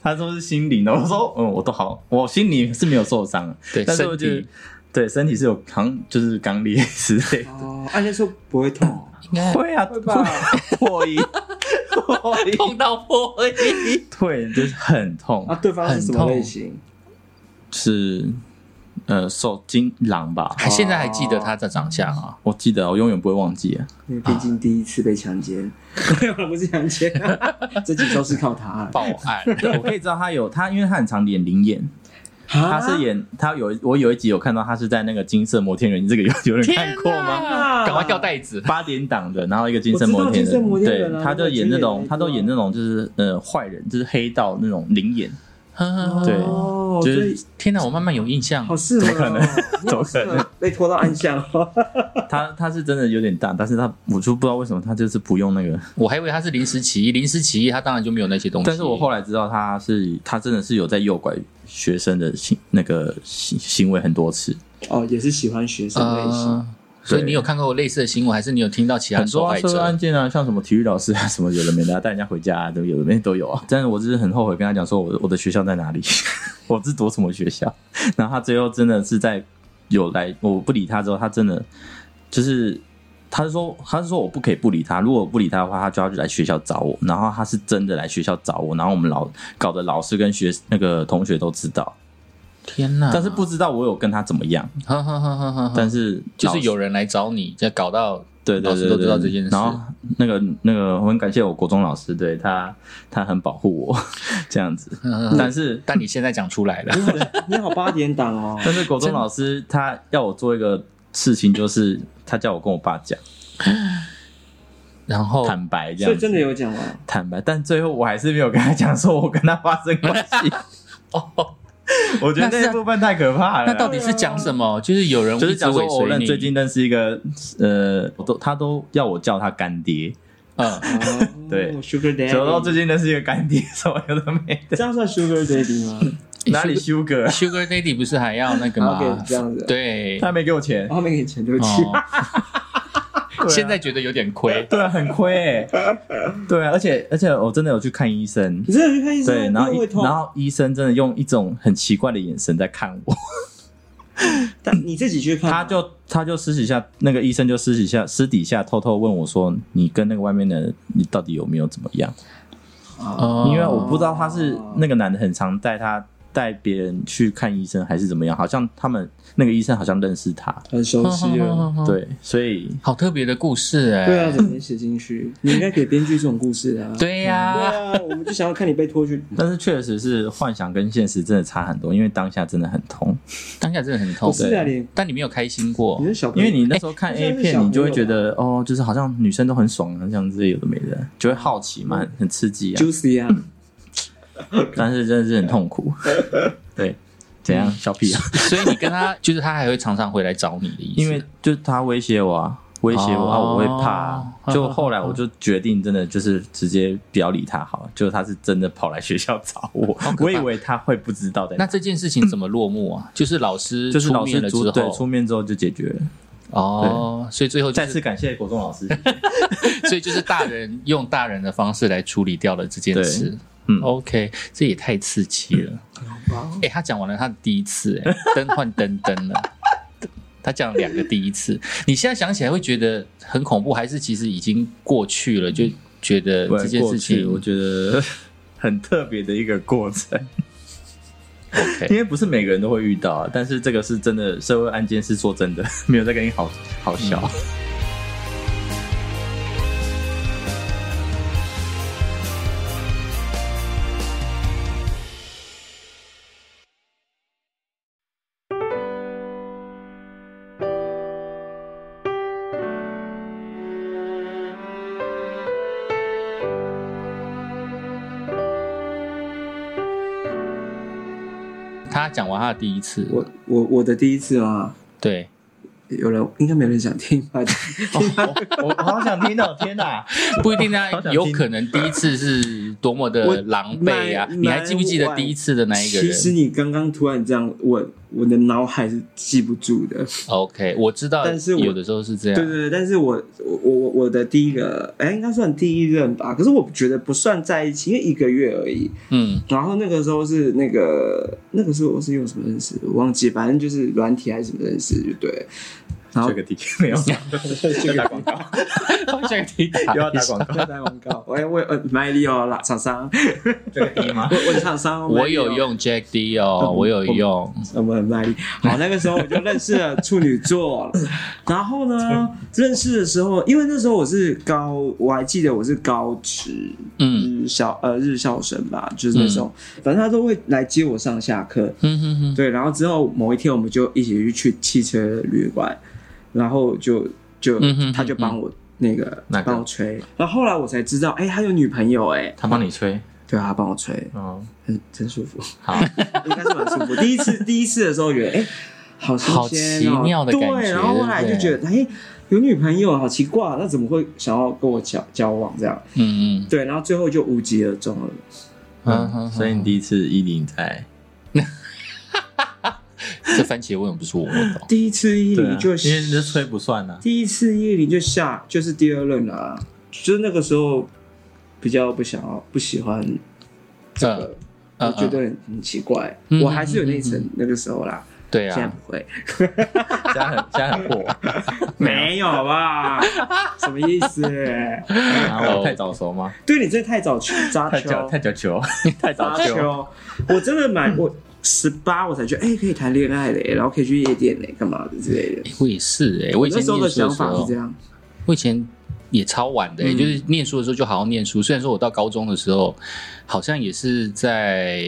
Speaker 2: 他说是心灵的，我说嗯我都好，我心里是没有受伤，
Speaker 1: 对
Speaker 2: 但是我觉
Speaker 1: 身
Speaker 2: 得对身体是有好像就是刚裂之类的，
Speaker 3: 哦，按那时候不会痛哦，
Speaker 1: 应该
Speaker 2: [laughs] 会啊啊
Speaker 3: 会吧？
Speaker 2: 破音，破音， [laughs]
Speaker 1: 痛到破音，
Speaker 2: 对，就是很痛
Speaker 3: 啊，，对方是什么
Speaker 1: 很痛
Speaker 3: 类型？
Speaker 2: 是呃受惊狼吧？
Speaker 1: 还现在还记得他的长相啊？
Speaker 2: 我记得我永远不会忘记啊，
Speaker 3: 因为毕竟第一次被强奸，没 [laughs] 有了，不是强奸，啊
Speaker 2: [laughs]
Speaker 3: 这几招是靠他。
Speaker 1: 报案，
Speaker 2: 我可以知道他有他，因为他很常演灵演，
Speaker 3: 啊
Speaker 2: 他是演他有我有一集有看到他是在那个金色摩 [laughs] 天轮，你这个有 [laughs] 有人看过吗？
Speaker 1: 吗赶快掉袋子，
Speaker 2: 八点档的，然后一个金色摩天
Speaker 3: 我知道金色摩天
Speaker 2: 对
Speaker 3: 轮，啊
Speaker 2: 他就演那种
Speaker 3: 那个经典的
Speaker 2: 他都演那种就是呃坏人，就是黑道那种灵演，
Speaker 1: [laughs]
Speaker 2: 对
Speaker 3: 哦，
Speaker 2: 就是
Speaker 3: 所以
Speaker 1: 天哪，我慢慢有印象
Speaker 3: 好，适合哦，
Speaker 2: 可能
Speaker 3: 你好适
Speaker 2: 怎么
Speaker 3: 合
Speaker 2: 可能
Speaker 3: 被拖到暗巷
Speaker 2: [laughs]
Speaker 3: 哦？
Speaker 2: 他他是真的有点大，但是他我就不知道为什么他就是不用那个
Speaker 1: 我还以为他是临时起意，临时起意他当然就没有那些东西。
Speaker 2: 但是我后来知道他是他真的是有在诱拐学生的行那个行行为很多次，
Speaker 3: 哦，也是喜欢学生类
Speaker 2: 啊
Speaker 3: 型。
Speaker 1: 呃，所以你有看过类似的新闻，还是你有听到其他
Speaker 2: 很
Speaker 1: 受
Speaker 2: 多
Speaker 1: 害
Speaker 2: 社会
Speaker 1: 者
Speaker 2: 案？件啊，像什么体育老师啊，什么有的没的、啊，带人家回家啊，都有的没的都有啊。但是我只是很后悔跟他讲说我我的学校在哪里， [laughs] 我是读什么学校，然后他最后真的是在有来我不理他之后，他真的就是。他是说，他是说我不可以不理他，如果我不理他的话，他就要来学校找我。然后他是真的来学校找我，然后我们老搞得老师跟学那个同学都知道，
Speaker 1: 天哪！
Speaker 2: 但是不知道我有跟他怎么样，
Speaker 1: 呵呵呵呵呵，
Speaker 2: 但是
Speaker 1: 哦就
Speaker 2: 老
Speaker 1: 是
Speaker 2: 师
Speaker 1: 有人来找你，就搞到
Speaker 2: 对对
Speaker 1: 老
Speaker 2: 对
Speaker 1: 师
Speaker 2: 对
Speaker 1: 都知道这件事
Speaker 2: 然后那个那个，我很感谢我国中老师，对他他很保护我这样子，
Speaker 1: 嗯
Speaker 2: 但是
Speaker 1: 但你现在讲出来了，
Speaker 2: 嗯
Speaker 3: 你好，八点档哦，
Speaker 2: 但是国中老师他要我做一个事情，就是他叫我跟我爸讲
Speaker 1: [laughs] 然后
Speaker 2: 坦白 [laughs] 这
Speaker 3: 所以
Speaker 2: 样子。
Speaker 3: 真的有讲吗？
Speaker 2: 坦白，但最后我还是没有跟他讲，说我跟他发生关
Speaker 1: [laughs]
Speaker 2: 系。
Speaker 1: 哦，
Speaker 2: 我觉得
Speaker 1: 那是
Speaker 2: 那一部分太可怕了。
Speaker 1: 那到底是讲什么？就是有人
Speaker 2: 就是
Speaker 1: 一直
Speaker 2: 讲说，
Speaker 1: 尾
Speaker 2: 我
Speaker 1: 随
Speaker 2: 认
Speaker 1: 你，
Speaker 2: 最近认识一个呃，我都他都要我叫他干爹，
Speaker 1: 嗯，
Speaker 3: 哦
Speaker 2: 对
Speaker 3: ，Sugar
Speaker 1: 哎
Speaker 2: 结果到
Speaker 3: Daddy，
Speaker 2: 最近认识一个干爹，什么有的没的。
Speaker 3: 这样算 Sugar Daddy
Speaker 2: [laughs]
Speaker 3: 吗？
Speaker 2: 哪里修哥？
Speaker 1: Sugar Daddy 不是还要那
Speaker 3: [laughs]
Speaker 1: 个
Speaker 3: 然后
Speaker 1: 吗
Speaker 3: 啊给？这样子，，
Speaker 1: 对，
Speaker 2: [laughs] 他没给我钱
Speaker 3: 然，后没给你钱，对不啊起。 [laughs]
Speaker 1: 哦，现在觉得有点亏。
Speaker 2: 对啊，很亏哎、对啊，而且而且我真的有去看医生，
Speaker 3: 你真的去看医生，
Speaker 2: 对，然后
Speaker 3: 会
Speaker 2: 医
Speaker 3: 痛。
Speaker 2: 然后医生真的用一种很奇怪的眼神在看
Speaker 3: [laughs]
Speaker 2: 我，
Speaker 3: 但你自己去看，
Speaker 2: 他就他就私底下那个医生就私底下私底下偷偷问我说，你跟那个外面的人你到底有没有怎么样？
Speaker 1: 哦
Speaker 2: 因为我不知道他是那个男的很常带他带别人去看医生还是怎么样，好像他们那个医生好像认识他，
Speaker 3: 很熟悉
Speaker 2: 嗯
Speaker 3: 了。
Speaker 2: 对，所以
Speaker 1: 好特别的故事哎、
Speaker 3: 对啊，怎么没写进去？你应该给编剧这种故事的啊。
Speaker 1: 对呀、
Speaker 3: 对啊，我们就想要看你被拖去。
Speaker 2: 但是确实是幻想跟现实真的差很多，因为当下真的很痛。
Speaker 1: 当下真的很痛
Speaker 3: 不，是啊，你
Speaker 1: 但你没有开心过 [laughs]
Speaker 3: 你，是小朋
Speaker 2: 哦因
Speaker 3: 友，
Speaker 2: 为你
Speaker 1: 哎
Speaker 2: 那时候看
Speaker 3: 欸
Speaker 2: A 片，你就会觉得哦，就是好像女生都很爽啊，这样子有的没的，就会好奇嘛，
Speaker 1: 嗯
Speaker 2: 很很刺激啊。
Speaker 3: juicy 啊，
Speaker 2: 但是真的是很痛
Speaker 1: [laughs]
Speaker 2: 苦。对，怎样小屁 [laughs] 啊？
Speaker 1: 所以你跟他就是他还会常常回来找你的意思，
Speaker 2: 因为就是他威胁我啊，威胁我啊，
Speaker 1: 哦
Speaker 2: 我会怕啊。就后来我就决定，真的就是直接不要理他好了。就他是真的跑来学校找我，
Speaker 1: 怕
Speaker 2: 我以为他会不知道的。
Speaker 1: 那这件事情怎么落幕啊？就是老师
Speaker 2: 就是
Speaker 1: 出
Speaker 2: 老
Speaker 1: 面
Speaker 2: 师
Speaker 1: 了
Speaker 2: 出
Speaker 1: 之
Speaker 2: 对
Speaker 1: 后
Speaker 2: 出面之后就解决了。
Speaker 1: 哦，所以最后就
Speaker 2: 再
Speaker 1: 是
Speaker 2: 次，感谢国栋老师，
Speaker 1: [laughs] 所以就是大人用大人的方式来处理掉了这件
Speaker 2: 对
Speaker 1: 事。
Speaker 2: 嗯
Speaker 1: OK，这也太刺激了。
Speaker 3: [laughs]
Speaker 1: 哎、他讲完了他的第一次、哎，灯换灯灯了。 [laughs] 他讲两个第一次，你现在想起来会觉得很恐怖，还是其实已经过去了，就觉得
Speaker 2: 我
Speaker 1: 这件
Speaker 2: 过
Speaker 1: 事
Speaker 2: 去
Speaker 1: 情
Speaker 2: 我觉得 [laughs] 很特别的一个过程，因 [laughs]
Speaker 1: OK？
Speaker 2: 为不是每个人都会遇到啊，但是这个是真的社会案件，是说真的， [laughs] 没有在跟你好好笑。
Speaker 1: 他讲完他的第一次，
Speaker 3: 我我我的第一次啊，
Speaker 1: 对
Speaker 3: 有人应该没人想听吧？
Speaker 2: [laughs] 我我好想听到，天哪！
Speaker 1: 不一定
Speaker 3: [laughs]
Speaker 1: 啊
Speaker 2: 好，想听
Speaker 1: 有可能第一次是多么
Speaker 3: 我
Speaker 1: 的狼狈啊！
Speaker 3: 蛮
Speaker 1: 你还记不记得
Speaker 3: 蛮
Speaker 1: 第一次的那一个
Speaker 3: 其
Speaker 1: 人
Speaker 3: 实你刚刚突然这样问，我的脑海是记不住的。
Speaker 1: ？OK，我知道，
Speaker 3: 但是我
Speaker 1: 有的时候是
Speaker 2: 啊
Speaker 1: 这样。
Speaker 3: 对对对，但是我我我我的第一个，哎，应该算第一任吧。可是我觉得不算在一起，因为一个月而已。
Speaker 1: 嗯，
Speaker 3: 然后那个时候是那个那个时候我是用什么认识的，我忘记，反正就是软体还是什么认识，就对。然后
Speaker 2: 这个题 [laughs] 没有，这个广告
Speaker 1: 好想听
Speaker 2: 又要打
Speaker 3: [laughs]
Speaker 2: 广告，
Speaker 3: 在广告，我我我卖力哦啦，厂商， [laughs]
Speaker 2: 这个题吗
Speaker 3: 我？我厂商，
Speaker 1: 我有
Speaker 3: 卖力哦，
Speaker 1: 用 Jack D 哦，我有用，
Speaker 3: 我们很卖力。好，那个时候我就认识了处女
Speaker 1: [laughs]
Speaker 3: 座，然后呢，认识的时候，因为那时候我是高，我还记得我是高职，
Speaker 1: 嗯
Speaker 3: 日校呃日校生吧，就是那种，反正他都会来接我上下课。
Speaker 1: 哼哼哼，
Speaker 3: 对，然后之后某一天我们就一起去去汽车旅馆，然后就就、
Speaker 1: 嗯哼
Speaker 3: 他就帮我那个、
Speaker 2: 那个
Speaker 3: 帮我吹，然后后来我才知道，哎、他有女朋友哎、
Speaker 2: 他帮你吹，
Speaker 3: 对啊，他帮我吹，
Speaker 2: 嗯，
Speaker 3: 很真舒服，
Speaker 2: 好，
Speaker 3: 应该是蛮舒服。第一次第一次的时候觉得，哎、好新
Speaker 1: 好
Speaker 3: 鲜哦、
Speaker 1: 奇妙的感觉
Speaker 3: 对，然后后来就觉得，哎、有女朋友好奇怪，啊那怎么会想要跟我交交往这样？
Speaker 1: 嗯嗯
Speaker 3: 对，然后最后就无疾而终了。
Speaker 1: 嗯嗯，
Speaker 2: 所以你第一次一零在
Speaker 1: 嗯这番茄为什么不是我问的哦？
Speaker 3: 第一次一
Speaker 2: 对啊
Speaker 3: 零就
Speaker 2: 因为你的吹不算啊，
Speaker 3: 第一次夜里就下，就是第二任啊，就是那个时候比较不想要、不喜欢这个，
Speaker 1: 嗯嗯
Speaker 3: 我觉得很很奇怪。
Speaker 1: 嗯
Speaker 3: 我还是有那一层那个时候啦，
Speaker 1: 对
Speaker 3: 现在
Speaker 1: 啊，
Speaker 3: 不会，
Speaker 2: 现在很现在很破，
Speaker 3: 没有吧？什么意思？
Speaker 2: 然后我太早熟吗？
Speaker 3: 对你这太早去扎
Speaker 2: 太早
Speaker 3: 秋
Speaker 2: 太，早球，太早
Speaker 3: 扎
Speaker 2: 球，
Speaker 3: 秋，我真的蛮我。十八我才觉得，哎、可以谈恋爱嘞，然后可以去夜店嘞，干嘛的之类的。
Speaker 1: 我也是哎，我以
Speaker 3: 那
Speaker 1: 前
Speaker 3: 时候
Speaker 1: 念
Speaker 3: 的
Speaker 1: 书
Speaker 3: 想
Speaker 1: 的时
Speaker 3: 法是
Speaker 1: 候
Speaker 3: 这，样，嗯
Speaker 1: 我以前也超晚的、欸，就是念书的时候就好好念书。虽然说我到高中的时候，好像也是在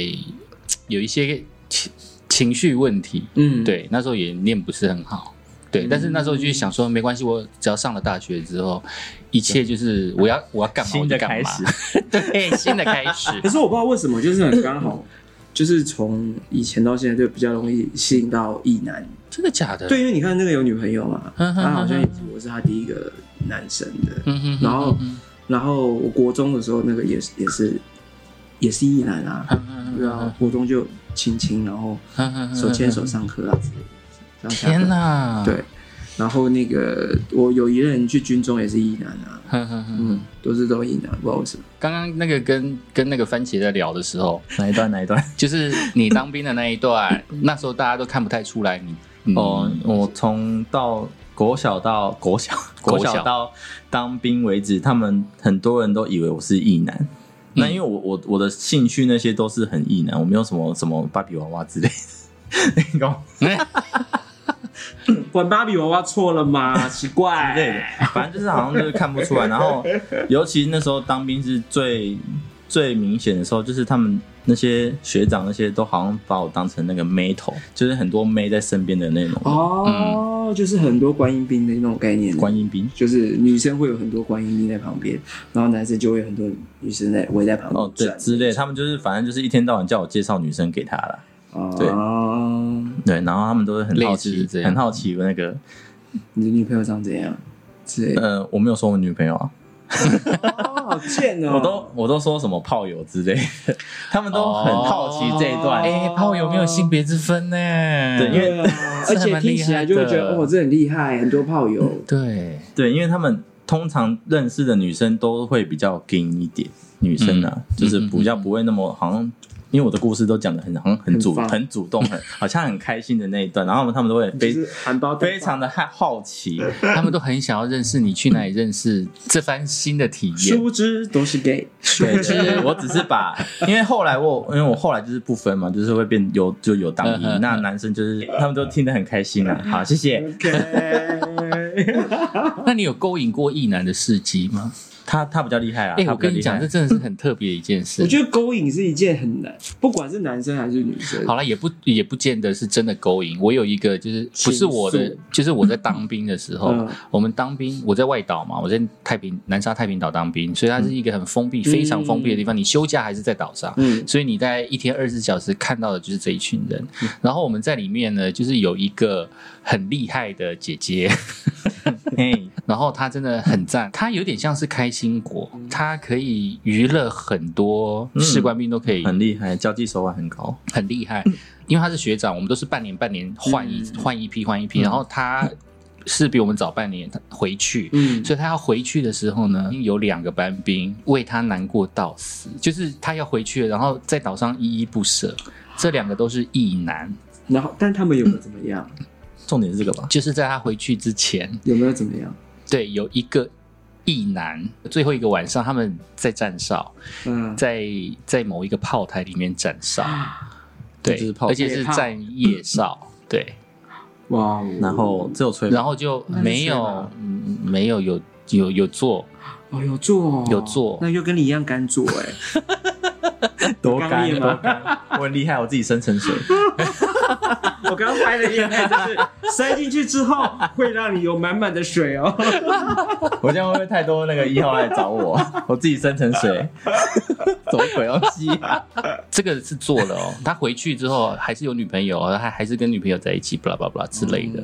Speaker 1: 有一些情情绪问题，
Speaker 3: 嗯，，
Speaker 1: 对，那时候也念不是很好，对，但是那时候就想说没关系，我只要上了大学之后，一切就是我要我要干嘛我
Speaker 2: 新
Speaker 1: 就
Speaker 2: 的
Speaker 1: 干
Speaker 2: 开
Speaker 1: 嘛
Speaker 2: 始，，
Speaker 1: 对，新的开始， [laughs]
Speaker 3: 可是我不知道为什么，就是很刚好，就是从以前到现在就比较容易吸引到异男。
Speaker 1: 真的假的？
Speaker 3: 对，，因为你看那个有女朋友嘛，
Speaker 1: 嗯哼
Speaker 3: 他好像也
Speaker 1: 嗯
Speaker 3: 我是他第一个男生的。
Speaker 1: 嗯哼
Speaker 3: 然后
Speaker 1: 嗯，
Speaker 3: 然后我国中的时候，那个也是也是也是异男啊，
Speaker 1: 哼
Speaker 3: 对啊，国中就亲亲，然后
Speaker 1: 嗯哼
Speaker 3: 手牵手，上课啊之类的。然后下课
Speaker 1: 天，哪，
Speaker 3: 对，然后那个我有一任去军中也是异男啊，
Speaker 1: 哼哼哼。
Speaker 3: 嗯，都是都异男，不知道为什么。
Speaker 1: 刚刚那个跟跟那个番茄在聊的时候，
Speaker 2: 哪一段哪一段？
Speaker 1: 就是你当兵的那一段，那时候大家都看不太出来你。 [laughs] 嗯
Speaker 2: 哦，我从到国小到国小，
Speaker 1: 国
Speaker 2: 国
Speaker 1: 小
Speaker 2: 小到当兵为止，他们很多人都以为我是异男。那因为我我我的兴趣那些都是很异男，我没有什么什么芭比娃娃之类的， [laughs] 你懂
Speaker 1: 哎
Speaker 3: 玩芭比娃娃错了吗？奇怪，
Speaker 2: 之类的，反正就是好像就是看不出来。然后尤其那时候当兵是最最明显的时候，就是他们那些学长那些都好像把我当成那个妹头，就是很多妹在身边的那种
Speaker 3: 哦，就是很多观音兵的那种概念，
Speaker 2: 嗯观音兵。
Speaker 3: 就是女生会有很多观音兵在旁边，然后男生就会有很多女生在围在旁边
Speaker 2: 哦，对，
Speaker 3: 转
Speaker 2: 之类，他们就是反正就是一天到晚叫我介绍女生给他啦。对
Speaker 3: 哦，
Speaker 2: 对，然后他们都是很好
Speaker 1: 类似
Speaker 2: 奇
Speaker 1: 这，样
Speaker 2: 很好奇我那个，
Speaker 3: 你的女朋友长怎样？之类的，
Speaker 2: [laughs] 呃，我没有说我女朋友啊，
Speaker 3: 哦，好贱哦！
Speaker 2: 我都我都说什么炮友之类的，他们都很好奇这一段。
Speaker 1: 哎、炮友没有性别之分呢？
Speaker 2: 对因为 [laughs]
Speaker 3: 对啊，
Speaker 1: 这
Speaker 3: 而
Speaker 1: 还
Speaker 3: 且
Speaker 1: 蛮
Speaker 3: 听
Speaker 1: 厉
Speaker 3: 起来
Speaker 1: 害
Speaker 3: 就会觉
Speaker 1: 的
Speaker 3: 得哦，这很厉害，很多炮友。
Speaker 1: 对，
Speaker 2: 对，因为他们通常认识的女生都会比较 gay 一点，女生啊，就是比较不会那么好像。因为我的故事都讲的很好像很主
Speaker 3: 很
Speaker 2: 很
Speaker 3: 棒
Speaker 2: 主动，很好像很开心的那一段，然后他们他们都会 [laughs]
Speaker 3: 就
Speaker 2: 非
Speaker 3: 是含苞待
Speaker 2: 非常的好好奇，
Speaker 1: 他们都很想要认识你去哪里认识这番新的体
Speaker 3: 放，殊
Speaker 1: 验。
Speaker 3: 不知都是
Speaker 2: [laughs]
Speaker 3: gay。
Speaker 2: 对，
Speaker 1: [laughs]
Speaker 2: 就是我只是把，因为后来我因为我后来就是不分嘛，就是会变有就有当
Speaker 1: 嗯
Speaker 2: 一
Speaker 1: 嗯，嗯
Speaker 2: 那男生就是他们都听得很开心啊。好，谢谢
Speaker 3: OK，
Speaker 1: 那你有勾引过异男的事迹吗？
Speaker 2: 他，他比较厉害啊。
Speaker 1: 哎、
Speaker 2: 他
Speaker 1: 我
Speaker 2: 比较
Speaker 1: 跟你
Speaker 2: 厉害
Speaker 1: 讲，这真的是很特别的一件事
Speaker 3: [laughs] 我。觉得勾引是一件很难，不管是男生还是女生。
Speaker 1: 好了，也不也不见得是真的勾引。我有一个就是
Speaker 3: 倾诉
Speaker 1: 不是我的，就是我在当兵的时候，
Speaker 3: 嗯
Speaker 1: 我们当兵，我在外岛嘛，我在太平南沙太平岛当兵，所以它是一个很封闭、非常封闭的地方。你休假还是在岛上，
Speaker 3: 嗯，
Speaker 1: 所以你在一天二十四小时看到的就是这一群人。 [laughs] 然后我们在里面呢，就是有一个很厉害的姐姐， [laughs]
Speaker 2: 嘿，
Speaker 1: 然后她真的很赞，她有点像是开心果，
Speaker 3: 嗯
Speaker 1: 她可以娱乐很多士官兵都可以
Speaker 2: 很厉害，交际手腕很高。
Speaker 1: 很厉害，
Speaker 2: 嗯
Speaker 1: 因为他是学长，我们都是半年半年换一换、一批换一
Speaker 2: 嗯
Speaker 1: 批，然后他是比我们早半年回去，
Speaker 3: 嗯
Speaker 1: 所以他要回去的时候呢，有两个班兵为他难过到死，就是他要回去了，然后在岛上依依不舍。这两个都是异男，
Speaker 3: 然后但他们有没有怎么样？
Speaker 2: 重点是这个吧？
Speaker 1: 就是在他回去之前，
Speaker 3: 有没有怎么样？
Speaker 1: 对，有一个异男，最后一个晚上他们在站哨，
Speaker 3: 嗯，
Speaker 1: 在在某一个炮台里面站哨，对
Speaker 2: 啊就是，炮
Speaker 1: 而且是
Speaker 3: 野炮
Speaker 1: 站夜哨，对。
Speaker 3: 哇哦，
Speaker 2: 然后只有吹，
Speaker 1: 然后就
Speaker 3: 那是
Speaker 1: 没
Speaker 3: 谁
Speaker 1: 有
Speaker 3: 呢
Speaker 1: 嗯没有有有有做，
Speaker 3: 哦有做哦
Speaker 1: 有做
Speaker 3: 那就跟你一样干做哎。
Speaker 2: 多
Speaker 3: 刚
Speaker 2: 干
Speaker 3: 烈
Speaker 2: 多
Speaker 3: 吗
Speaker 2: 干，我很厉害，我自己生成水。
Speaker 3: [laughs] 我刚刚拍的影片就是塞进去之后会让你有满满的水哦。
Speaker 2: 我这样会不会太多那个一号来找我？我自己生成水，什么鬼东西啊？
Speaker 1: 这个是做了哦。他回去之后还是有女朋友哦，他还是跟女朋友在一起，巴拉巴拉之类的。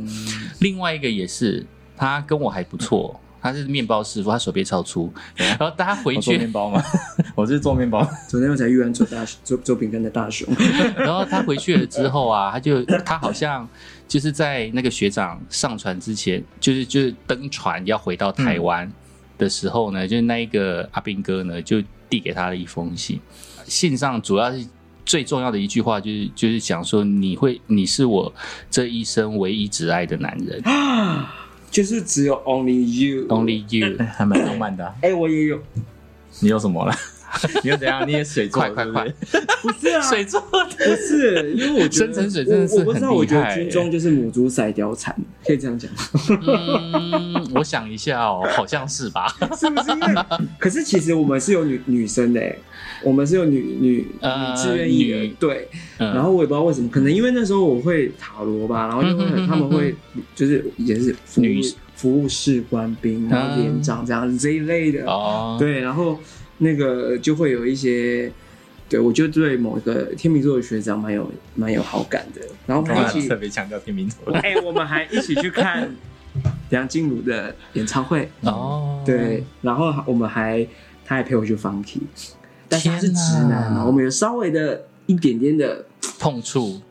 Speaker 1: 另外一个也是，他跟我还不错，他是面包师傅，他手臂超粗。然后他回
Speaker 2: 我做
Speaker 1: 去
Speaker 2: 面，包吗？ [laughs] 我是做面包，
Speaker 3: [laughs] 昨天我才遇完做大做做饼干的大熊，
Speaker 1: 然后他回去了之后啊，他就他好像就是在那个学长上船之前，就是就是登船要回到
Speaker 3: 嗯
Speaker 1: 台湾的时候呢，就是那一个阿兵哥呢就递给他的一封信，信上主要是。最重要的一句话就是，就是讲说你会，你是我这一生唯一挚爱的男人
Speaker 3: 啊就是只有 only you
Speaker 1: ，Only
Speaker 3: [laughs]
Speaker 1: you。
Speaker 2: 还蛮浪漫的啊。
Speaker 3: 哎、我也有，
Speaker 2: 你有什么了？ [laughs] 你又怎样？你也水做的？
Speaker 1: 快快快
Speaker 2: 是不是！
Speaker 3: 不是 [laughs] 啊，
Speaker 1: 水做的，
Speaker 3: 不是，因为我觉
Speaker 1: 深
Speaker 3: 得
Speaker 1: 层水真的是
Speaker 3: 我我不知道，
Speaker 1: 很厉
Speaker 3: 我觉
Speaker 1: 害
Speaker 3: 得军中就是母猪赛貂蝉，可以这样讲，
Speaker 1: 嗯，我想一下哦，好像是吧？
Speaker 3: 是不是？因为 [laughs] 可是其实我们是有女女生的、哎我们是有女女
Speaker 1: 呃
Speaker 3: 女志愿役的
Speaker 1: 女，
Speaker 3: 对。
Speaker 1: 嗯
Speaker 3: 然后我也不知道为什么，可能因为那时候我会塔罗吧，然后就会
Speaker 1: 嗯嗯嗯嗯
Speaker 3: 很他们会就是也是服务
Speaker 1: 女
Speaker 3: 服务士官兵，然后连长这样子这一类的，
Speaker 1: 哦，
Speaker 3: 对，然后那个就会有一些，对我就对某个天秤座的学长蛮有蛮有好感的，然后我
Speaker 2: 干嘛
Speaker 3: 们一起
Speaker 2: 特，别强调天秤座。
Speaker 3: [laughs] 哎、我们还一起去看梁静茹的演唱会，
Speaker 1: 哦，
Speaker 3: 对，然后我们还他还陪我去 funky，但是他是直男啊
Speaker 1: 天哪
Speaker 3: 嘛，我们有稍微的一点点的，
Speaker 1: 碰触，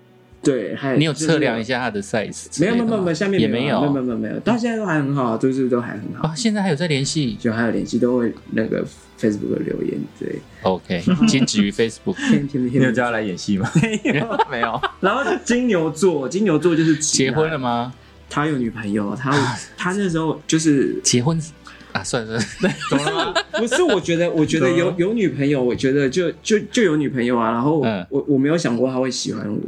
Speaker 3: 对，还
Speaker 1: 你有测量一
Speaker 3: 下？
Speaker 1: 下它的 size？之
Speaker 3: 没
Speaker 1: 类
Speaker 3: 有
Speaker 1: 的吗
Speaker 3: 没有没有没有，下面
Speaker 1: 也
Speaker 3: 没
Speaker 1: 没
Speaker 3: 有
Speaker 1: 有，
Speaker 3: 啊，没有没有没有，到现在都还很好，都是都还很好
Speaker 1: 啊，，现在还有在联系。
Speaker 3: 就还有联系，都会那个 Facebook 的留言，
Speaker 1: [laughs]
Speaker 3: 对， [laughs]
Speaker 1: OK，仅止于 Facebook。
Speaker 3: 天天
Speaker 2: 你有
Speaker 3: 天
Speaker 2: 叫他来演戏吗？没有，
Speaker 3: 然后金牛座，金牛座就是直
Speaker 1: 结
Speaker 3: 男
Speaker 1: 婚了，
Speaker 3: [laughs]
Speaker 1: 啊吗？
Speaker 3: 他有女朋友，他他那时候就是
Speaker 1: 结婚啊，算了算了，
Speaker 3: 不是 [laughs] 不是？我觉得我觉得
Speaker 1: 啊
Speaker 3: 有有女朋友，我觉得就就就有女朋友啊。然后我、
Speaker 1: 嗯
Speaker 3: 我我没有想过他会喜欢我，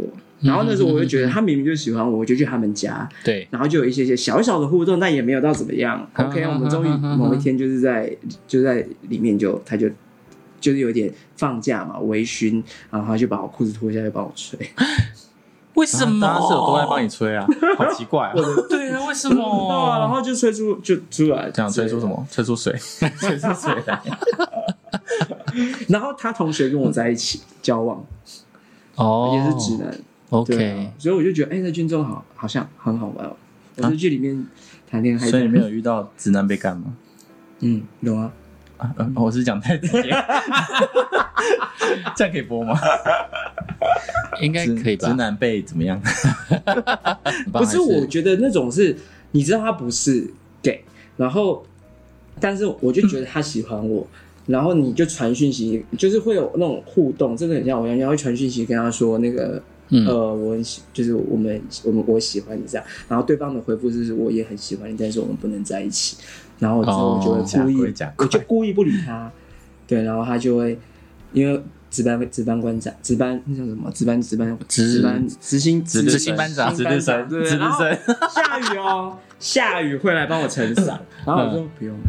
Speaker 3: 然后那时候我就觉得他明明就喜欢我，我就去他们家，
Speaker 1: [laughs] 对，
Speaker 3: 然后就有一些些小小的互动，但也没有到怎么样。
Speaker 1: 嗯
Speaker 3: OK，
Speaker 1: 嗯
Speaker 3: 我们终于
Speaker 1: 嗯嗯嗯
Speaker 3: 某一天就是在就在里面就他就。就是有点放假嘛，微醺，然后他就把我裤子脱下来帮我吹，
Speaker 1: 为什么？
Speaker 2: 当然是有都在帮你吹啊，好奇怪啊！
Speaker 1: [laughs] 对啊，为什
Speaker 3: 啊， [laughs] 然
Speaker 1: 么？
Speaker 3: 后就吹出就出来，
Speaker 2: 想吹出什么？ [laughs] 吹出水，吹出水来。
Speaker 3: 然后他同学跟我在一起交往，
Speaker 1: 哦，
Speaker 3: 也是直男，对啊
Speaker 1: OK，
Speaker 3: 所以我就觉得，哎、在军中好好像很好玩、哦。我在剧里面谈恋爱的，
Speaker 2: 所以你没有遇到直男被干吗？
Speaker 3: 嗯，有啊，
Speaker 2: 啊呃我是讲太直接，这样可以播吗？
Speaker 1: 应该可以
Speaker 2: 直
Speaker 1: 吧？
Speaker 2: 男被怎么样？
Speaker 1: 很棒
Speaker 3: 不是，
Speaker 1: 还
Speaker 3: 我觉得那种是，你知道他不是 gay，然后，但是我就觉得他喜欢
Speaker 1: [laughs]
Speaker 3: 我，然后你就传讯息，就是会有那种互动，真的很像我一样，然后会传讯息跟他说那个，
Speaker 1: 嗯
Speaker 3: 呃，我很喜，就是我们我们我喜欢你这样，然后对方的回复就是我也很喜欢你，但是我们不能在一起，然后之后我就
Speaker 1: 哦
Speaker 3: 会故意，
Speaker 2: 假鬼假鬼
Speaker 3: 我就故意不理他，对，然后他就会因为。值班值班官长，值班那叫什么？值班值班
Speaker 1: 值
Speaker 3: 值班执行
Speaker 1: 日
Speaker 2: 值日
Speaker 1: 执行班长
Speaker 2: 值日生，
Speaker 3: 对
Speaker 2: 值日
Speaker 3: 然后
Speaker 2: 生，
Speaker 3: 下雨哦，下雨会来帮我撑伞， [laughs] 然后我说不用了。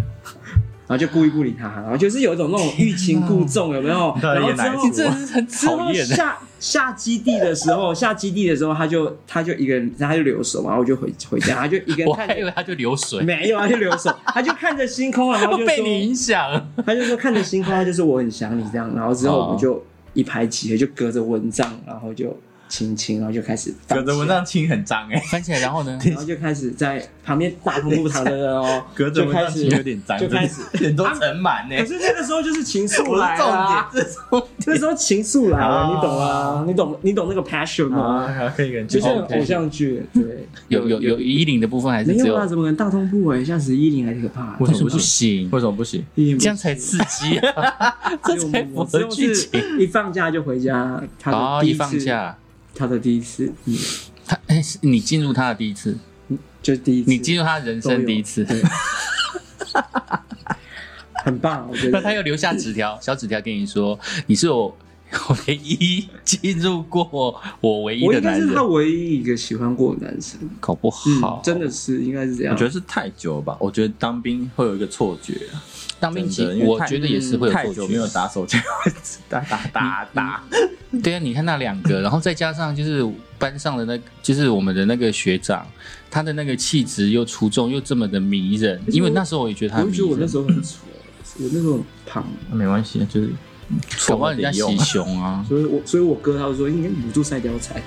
Speaker 3: 然后就故意不理他，然后就是有一种那种欲擒故纵，有没
Speaker 1: [laughs]
Speaker 3: 有？
Speaker 2: 到底
Speaker 3: 然后
Speaker 2: 演
Speaker 3: 之
Speaker 2: 哪一
Speaker 3: 后
Speaker 2: 出
Speaker 1: 这是很
Speaker 3: 之
Speaker 1: 讨
Speaker 3: 后
Speaker 1: 厌的。
Speaker 3: 下下基地的时 [laughs] 候，下基地的时候，他就他就一个人，他就留守嘛，然后我就回回家，他就一个人
Speaker 1: 我
Speaker 3: 看
Speaker 1: 还以
Speaker 3: 着，
Speaker 1: 为他就流水，
Speaker 3: 没有，他就留
Speaker 1: [laughs]
Speaker 3: 守，他就看着星空，啊然后就
Speaker 1: 被你
Speaker 3: 说，
Speaker 1: 影
Speaker 3: [laughs]
Speaker 1: 响。
Speaker 3: 他就说看着星空，他就说我很想你这样，然后之后我们就一拍即合，就隔着蚊帐，然后就亲亲，然后就开始放
Speaker 2: 隔着
Speaker 3: 起来
Speaker 2: 蚊帐亲很脏哎，
Speaker 1: 翻起来，然
Speaker 3: [laughs]
Speaker 1: 后呢？
Speaker 3: 然后就开始在旁边大瀑布躺着人哦，
Speaker 2: 隔着
Speaker 3: 就
Speaker 2: 蚊
Speaker 3: 开
Speaker 2: 帐
Speaker 3: 始
Speaker 2: 亲有点脏，
Speaker 3: 就开始。
Speaker 2: 脸都尘螨
Speaker 3: 可 [laughs]
Speaker 2: 哎。
Speaker 3: 是那个时候就是情愫
Speaker 2: 我
Speaker 3: 来
Speaker 2: 是
Speaker 3: 了、
Speaker 2: 重
Speaker 3: 啊，
Speaker 2: 点，是重
Speaker 3: 那时候情愫来了，
Speaker 2: 啊
Speaker 3: 你懂啊？你懂你懂那个 passion
Speaker 2: 点
Speaker 3: 吗？
Speaker 2: 啊，可以跟
Speaker 3: 就像
Speaker 2: OK
Speaker 3: 偶像剧，对，
Speaker 1: 有有有衣领的部分还是
Speaker 3: 没
Speaker 1: 只
Speaker 3: 有
Speaker 1: 有
Speaker 3: 啊？？怎么可能大通铺哎、吓死依林还可怕、
Speaker 2: 为
Speaker 1: 为
Speaker 2: 什
Speaker 1: 什么
Speaker 2: 么
Speaker 1: 不
Speaker 2: 不
Speaker 1: 行？
Speaker 2: 为什么不行？
Speaker 3: 依林
Speaker 1: 这样才刺激
Speaker 3: [laughs]
Speaker 1: 啊！这才符合剧情。
Speaker 3: 一放假就回家，他
Speaker 1: 哦，
Speaker 3: 的第
Speaker 1: 一
Speaker 3: 一
Speaker 1: 放
Speaker 3: 次，
Speaker 1: 假，
Speaker 3: 他的第一次，嗯，
Speaker 1: 他哎，是你进入他的第一次，
Speaker 3: 就是第一次，
Speaker 1: 你进入他人生第一次， [laughs]
Speaker 3: 对，很棒，我觉
Speaker 1: 那
Speaker 3: 得
Speaker 1: 他又留下纸条，小纸条跟你说，你是我 [laughs] 唯一进入过我唯一
Speaker 3: 我
Speaker 1: 的
Speaker 3: 应该
Speaker 1: 男
Speaker 3: 是
Speaker 1: 人
Speaker 3: 他，唯一一个喜欢过的男生。
Speaker 1: 搞不
Speaker 3: 嗯
Speaker 1: 好，
Speaker 3: 真的是应该是这样。
Speaker 2: 我觉得是太久了吧，我觉得当兵会有一个错觉啊，
Speaker 1: 当兵期
Speaker 2: 真的因为
Speaker 1: 我
Speaker 2: 太
Speaker 1: 觉得也是会
Speaker 2: 太
Speaker 1: 有
Speaker 2: 久
Speaker 1: 错
Speaker 2: 没有
Speaker 1: 觉。
Speaker 2: 打手枪，打打打打，
Speaker 1: 对啊，你看那两个，然后再加上就是班上的那个，就是我们的那个学长，他的那个气质又出众，又这么的迷人。
Speaker 3: 是
Speaker 1: 因为
Speaker 3: 我
Speaker 1: 那时候我也觉得他
Speaker 3: 我
Speaker 1: 很
Speaker 3: 就
Speaker 1: 迷
Speaker 3: 觉得我那
Speaker 1: 人，
Speaker 3: 时候很丑，我那时候很胖，
Speaker 1: 嗯
Speaker 2: 没关系，就是
Speaker 1: 搞不
Speaker 2: 错
Speaker 1: 好人家
Speaker 2: 得用
Speaker 1: 袭胸啊。
Speaker 3: 所以我所以我哥他就说应该捂住晒貂 [laughs] 蝉。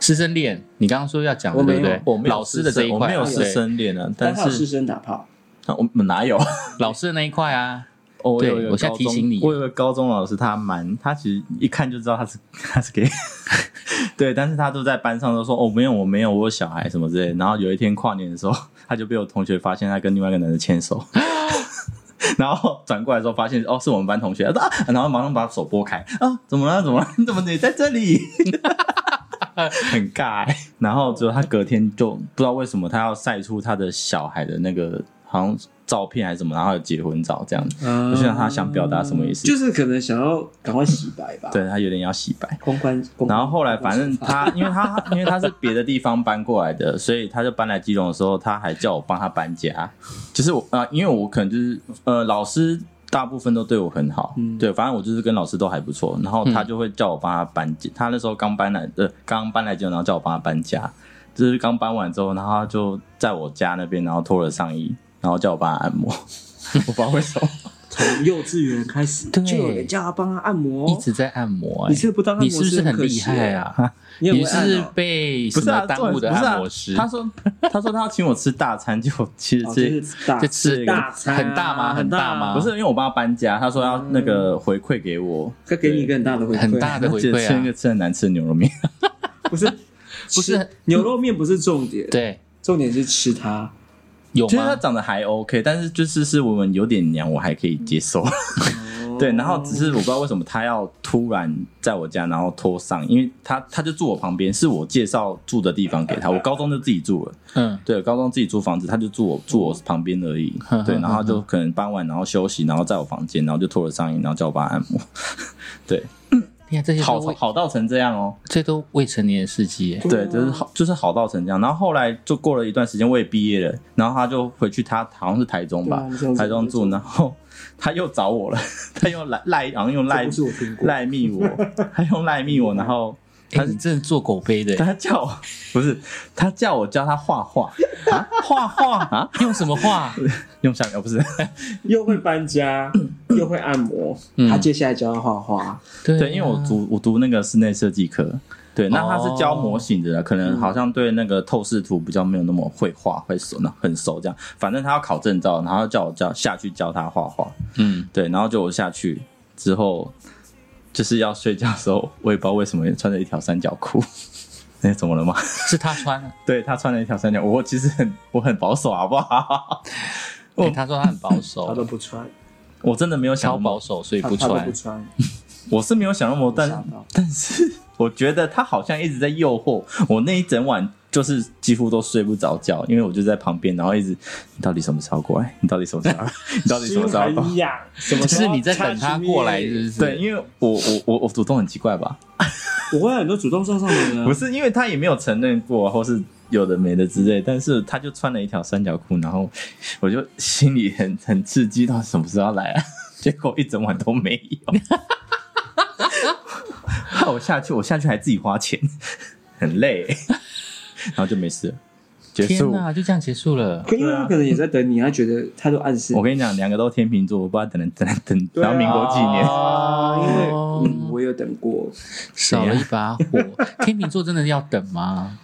Speaker 1: 师生恋，你刚刚说要讲的
Speaker 3: 我没
Speaker 1: 对
Speaker 3: 有
Speaker 1: 不对？
Speaker 2: 我没有
Speaker 1: 老师的这一块，啊
Speaker 2: 我没有
Speaker 1: 对
Speaker 2: 师生恋啊，但
Speaker 3: 他有师
Speaker 2: 是
Speaker 3: 生打炮，
Speaker 2: 啊我们哪有？
Speaker 1: 老师的那一块啊，
Speaker 2: 哦我
Speaker 1: 对
Speaker 2: 有一个
Speaker 1: 我现在
Speaker 2: 高
Speaker 1: 提
Speaker 2: 中
Speaker 1: 醒你
Speaker 2: 我有个高中老师，他蛮他其实一看就知道他是 [laughs] 他是 gay，对，但是他都在班上都说哦没有我没有我有小孩什么之类的。然后有一天跨年的时候，他就被我同学发现他跟另外一个男的
Speaker 1: [laughs]
Speaker 2: 牵手，然后转过来的时候发现哦是我们班同学，他说啊然后马上把手拨开啊怎么了怎么了你怎么也在这里？ [laughs] 很尬、欸，然后之后他隔天就不知道为什么他要晒出他的小孩的那个好像照片还是什么，然后还有结婚照这样子，
Speaker 3: 我
Speaker 2: 我想他想表达什么意思
Speaker 3: 嗯就是可能想要赶快洗白吧，，
Speaker 2: 对他有点要洗白。
Speaker 3: 公关。公关
Speaker 2: 然后后来
Speaker 3: [laughs]
Speaker 2: 反正他，因为他因为他是别的地方搬过来的，所以他就搬来基隆的时候，他还叫我帮他搬家，就是我啊、因为我可能就是呃老师。大部分都对我很好，
Speaker 3: 嗯
Speaker 2: 对，反正我就是跟老师都还不错，然后他就会叫我帮他搬家。他那时候刚搬来，呃，刚搬来基隆，然后叫我帮他搬家，就是刚搬完之后，然后他就在我家那边，然后脱了上衣，然后叫我帮他按摩。 [laughs] 我不知道为什么，
Speaker 3: 从幼稚园开始，
Speaker 1: 对
Speaker 3: 就有人叫他帮他按摩，
Speaker 1: 一直在按摩、哎
Speaker 3: 哦你是不当按摩
Speaker 1: 你是不是
Speaker 3: 师
Speaker 1: 很
Speaker 3: 很可
Speaker 1: 厉
Speaker 3: 惜
Speaker 1: 害啊？
Speaker 3: [laughs] 你也
Speaker 1: 你
Speaker 3: 会
Speaker 1: 是
Speaker 3: 按
Speaker 1: 不是
Speaker 3: 哦
Speaker 1: 被
Speaker 2: 不
Speaker 1: 什
Speaker 2: 是啊
Speaker 1: 么，耽误的
Speaker 2: 重点是不是啊
Speaker 1: 按摩师？
Speaker 2: 他说他说他要请我吃大餐，就其实
Speaker 3: 哦
Speaker 2: 这、
Speaker 3: 就是大
Speaker 1: 这吃
Speaker 3: 大餐啊
Speaker 1: 很大吗
Speaker 3: 很
Speaker 1: 很大吗
Speaker 2: 不是因为我帮他搬家，他说要
Speaker 3: 嗯
Speaker 2: 那个回馈给我，
Speaker 3: 他给你一个很大的回馈，
Speaker 1: 很大的
Speaker 2: 而
Speaker 1: 回
Speaker 2: 且
Speaker 1: 馈
Speaker 2: 吃那
Speaker 1: 啊
Speaker 2: 个！吃很难吃的牛肉面，
Speaker 3: [laughs] 不是
Speaker 1: 不是
Speaker 3: 吃牛肉面不是重点，
Speaker 1: 对，
Speaker 3: 重点是吃它。
Speaker 1: 有
Speaker 2: [laughs] 其实他
Speaker 1: 吗？
Speaker 2: 长得还 OK，但是就是是我们有点娘，我还可以接
Speaker 3: 哦
Speaker 2: 受。 [laughs] 对，然后只是我不知道为什么他要突然在我家，然后拖上，因为他他就住我旁边，是我介绍住的地方
Speaker 1: [laughs]
Speaker 2: 给他，我高中就自己住了。
Speaker 1: 嗯，
Speaker 2: 对，高中自己租房子，他就住我住
Speaker 3: 哦
Speaker 2: 我旁边而
Speaker 3: [laughs]
Speaker 2: 已
Speaker 1: 哼。
Speaker 2: 对，
Speaker 1: 哼
Speaker 2: 然后他就可能傍晚然后休息，然后在我房间，然后就脱了上衣，然后叫我帮他按摩。对，
Speaker 1: 你看这些都
Speaker 2: 好
Speaker 1: 未
Speaker 2: 好到成这样哦。
Speaker 1: 这都未成年的司机、哎
Speaker 3: 啊
Speaker 2: 对，就是好，就是好到成这样。然后后来就过了一段时间，我也毕业了，然后他就回去他，好像是台中吧，
Speaker 3: 对啊
Speaker 2: 台中
Speaker 3: 你上次跟我
Speaker 2: 住，
Speaker 3: 说
Speaker 2: 然后他又找我了，他又赖赖，然后用赖
Speaker 3: 这不是我听过 [laughs]
Speaker 2: 赖密我，他用赖密我，然后
Speaker 1: 他是哎真的做狗杯
Speaker 3: [laughs]
Speaker 1: 的，
Speaker 2: 他叫我不是，他叫我教他画画，
Speaker 1: 画画啊，用什么画？
Speaker 2: 用橡胶不是？
Speaker 3: 又会搬 [clears throat] 家，又会按摩，
Speaker 1: 嗯
Speaker 3: 他接下来就要画画。
Speaker 1: 对啊
Speaker 2: 对，因为我读我读那个室内设计科，对，那他
Speaker 1: 哦
Speaker 2: 是教模型的，可
Speaker 1: 嗯
Speaker 2: 能好像对那个透视图比较没有那么会画，会熟，那很熟这样。反正他要考证照，然后叫我教下去教他画画，
Speaker 1: 嗯，
Speaker 2: 对，然后就我下去之后，就是要睡觉的时候，我也不知道为什么穿着一条三角裤。 [laughs] 那、怎么了吗？
Speaker 1: 是他穿啊的。
Speaker 2: 对他穿了一条三角，我其实很我很保守，好不好？ [laughs]
Speaker 1: 哎他说他很保
Speaker 3: 哦他
Speaker 1: 守，
Speaker 3: 都不穿，
Speaker 2: 我真的没有想
Speaker 1: 超
Speaker 2: 那么
Speaker 1: 保守，所以
Speaker 3: 他
Speaker 1: 不
Speaker 3: 他都
Speaker 1: 穿
Speaker 3: 不。 [laughs] 穿，
Speaker 2: 我是没有想那么多，
Speaker 3: 吓
Speaker 2: 但
Speaker 3: 到
Speaker 2: 但是 [laughs] 我觉得他好像一直在诱惑我，那一整晚就是几乎都睡不着觉，因为我就在旁边，然后一直你到底什么时候过来？你到底什么时候？你到底什么时候要过来
Speaker 3: 心很 [laughs] 痒，什么
Speaker 1: 只
Speaker 3: 时
Speaker 1: 是
Speaker 3: 候
Speaker 1: 你在等他过来，是不是？
Speaker 2: 对，，因为我我我我主动很奇怪吧？
Speaker 3: 我会很多主动上上门啊
Speaker 2: 不。是，因为他也没有承认过，或是有的没的之类，但是他就穿了一条三角裤，然后我就心里很很刺激，到底什么时候要来啊？ [laughs] 结果一整晚都没有，害我下去，我下去还自己花钱，很累，然后就没事了，结
Speaker 1: 天
Speaker 2: 束。
Speaker 1: 哪，就这样结束了。
Speaker 3: 可因为他可能也在等你，他觉得他都暗示
Speaker 2: 我跟你讲，两个都天秤座，我不知道等等等等
Speaker 3: 对啊
Speaker 2: 到民国几年，
Speaker 3: 啊，因为
Speaker 1: 哦
Speaker 3: 嗯，我有等过，
Speaker 1: 少了一把火。天秤座真的要等吗？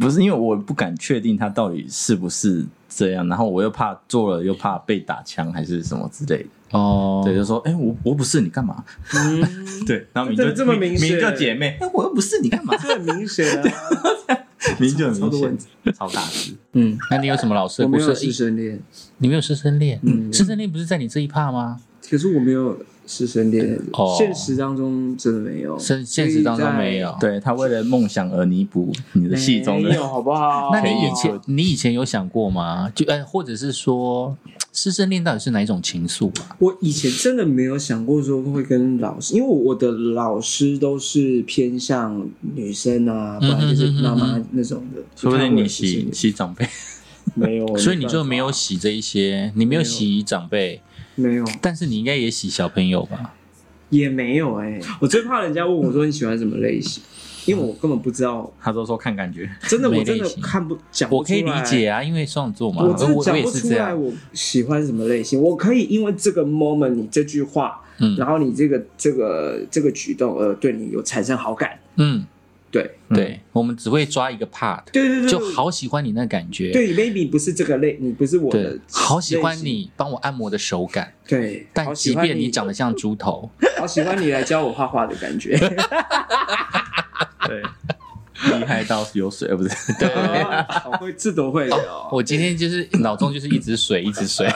Speaker 2: 不是因为我不敢确定他到底是不是这样，然后我又怕做了又怕被打枪还是什么之类的。
Speaker 1: 哦，
Speaker 2: 对，就说哎、我我不是你干嘛？
Speaker 3: 嗯，
Speaker 2: [laughs] 对，然后明
Speaker 3: 这
Speaker 2: 就
Speaker 3: 这么
Speaker 2: 明
Speaker 3: 明显
Speaker 2: 明就姐妹，哎、我又不是你干嘛？
Speaker 3: [laughs] 这很明显啊。
Speaker 2: [laughs] 明就很
Speaker 3: 超多
Speaker 2: 明
Speaker 3: 蚊
Speaker 2: 显，超大只。
Speaker 1: 嗯，那你有什么老师
Speaker 3: 我
Speaker 1: 的故
Speaker 3: 没有
Speaker 1: 事
Speaker 3: 师？生恋，
Speaker 1: 你没有师生恋？
Speaker 3: 嗯
Speaker 1: 师生恋不是在你这一趴吗？
Speaker 3: 可是我没有师生恋
Speaker 1: 哦，
Speaker 3: 现实当中真的没有，
Speaker 1: 现现实当中没有。。
Speaker 2: [laughs] 对他为了梦想而弥补你的
Speaker 3: 所以
Speaker 2: 戏
Speaker 3: 在，
Speaker 2: 中
Speaker 3: 没有
Speaker 2: 的，
Speaker 3: 好不好？
Speaker 1: 那你以
Speaker 3: 哦
Speaker 1: 前你以前有想过吗？就呃，或者是说，师生恋到底是哪一种情愫啊？
Speaker 3: 我以前真的没有想过说会跟老师，因为我的老师都是偏向女生啊，不
Speaker 1: 嗯
Speaker 3: 然就是
Speaker 1: 嗯
Speaker 3: 妈
Speaker 1: 嗯
Speaker 3: 妈那种的。
Speaker 2: [laughs] 说不定你洗
Speaker 3: 喜
Speaker 2: 洗长辈，
Speaker 3: 没有，
Speaker 1: [laughs] 所以你就没有
Speaker 3: 办法
Speaker 1: 洗这一些，你没有洗长辈，
Speaker 3: 没有
Speaker 1: 但是你应该也洗小朋友吧？
Speaker 3: 也没有哎、我最怕人家问我说你喜欢什么类型，因为我根本不知道，
Speaker 2: 他都说看感觉。
Speaker 3: 真的
Speaker 1: 没
Speaker 3: 我
Speaker 1: 类
Speaker 3: 真
Speaker 1: 型
Speaker 3: 的看不讲不
Speaker 1: 我
Speaker 3: 出
Speaker 1: 可
Speaker 3: 来
Speaker 1: 以理解啊，因为双子座嘛，
Speaker 3: 我真的
Speaker 1: 我
Speaker 3: 讲
Speaker 1: 也
Speaker 3: 不
Speaker 1: 是
Speaker 3: 出
Speaker 1: 这
Speaker 3: 来
Speaker 1: 样。
Speaker 3: 我喜欢什么类型，我可以因为这个 moment 你这句话，
Speaker 1: 嗯
Speaker 3: 然后你这个这个这个举动，呃，对你有产生好感，
Speaker 1: 嗯，
Speaker 3: 对
Speaker 1: 对，我们只会抓一个 part，
Speaker 3: 对对对，
Speaker 1: 就好喜欢你那感觉。
Speaker 3: 对，maybe 不是这个类，你不是我
Speaker 1: 对
Speaker 3: 的，
Speaker 1: 好喜欢
Speaker 3: 类型，
Speaker 1: 你帮我按摩的手感，
Speaker 3: 对，
Speaker 1: 但
Speaker 3: 好
Speaker 1: 即
Speaker 3: 喜欢
Speaker 1: 便你长得像猪头，
Speaker 3: [laughs] 好喜欢你来教我画画的感觉，
Speaker 2: [laughs] 对， [laughs] 厉害到有水，呃 [laughs] 不是？
Speaker 3: 好会自动会聊。
Speaker 1: 我今天就是脑中就是一直水，一直
Speaker 3: [laughs]
Speaker 1: 水。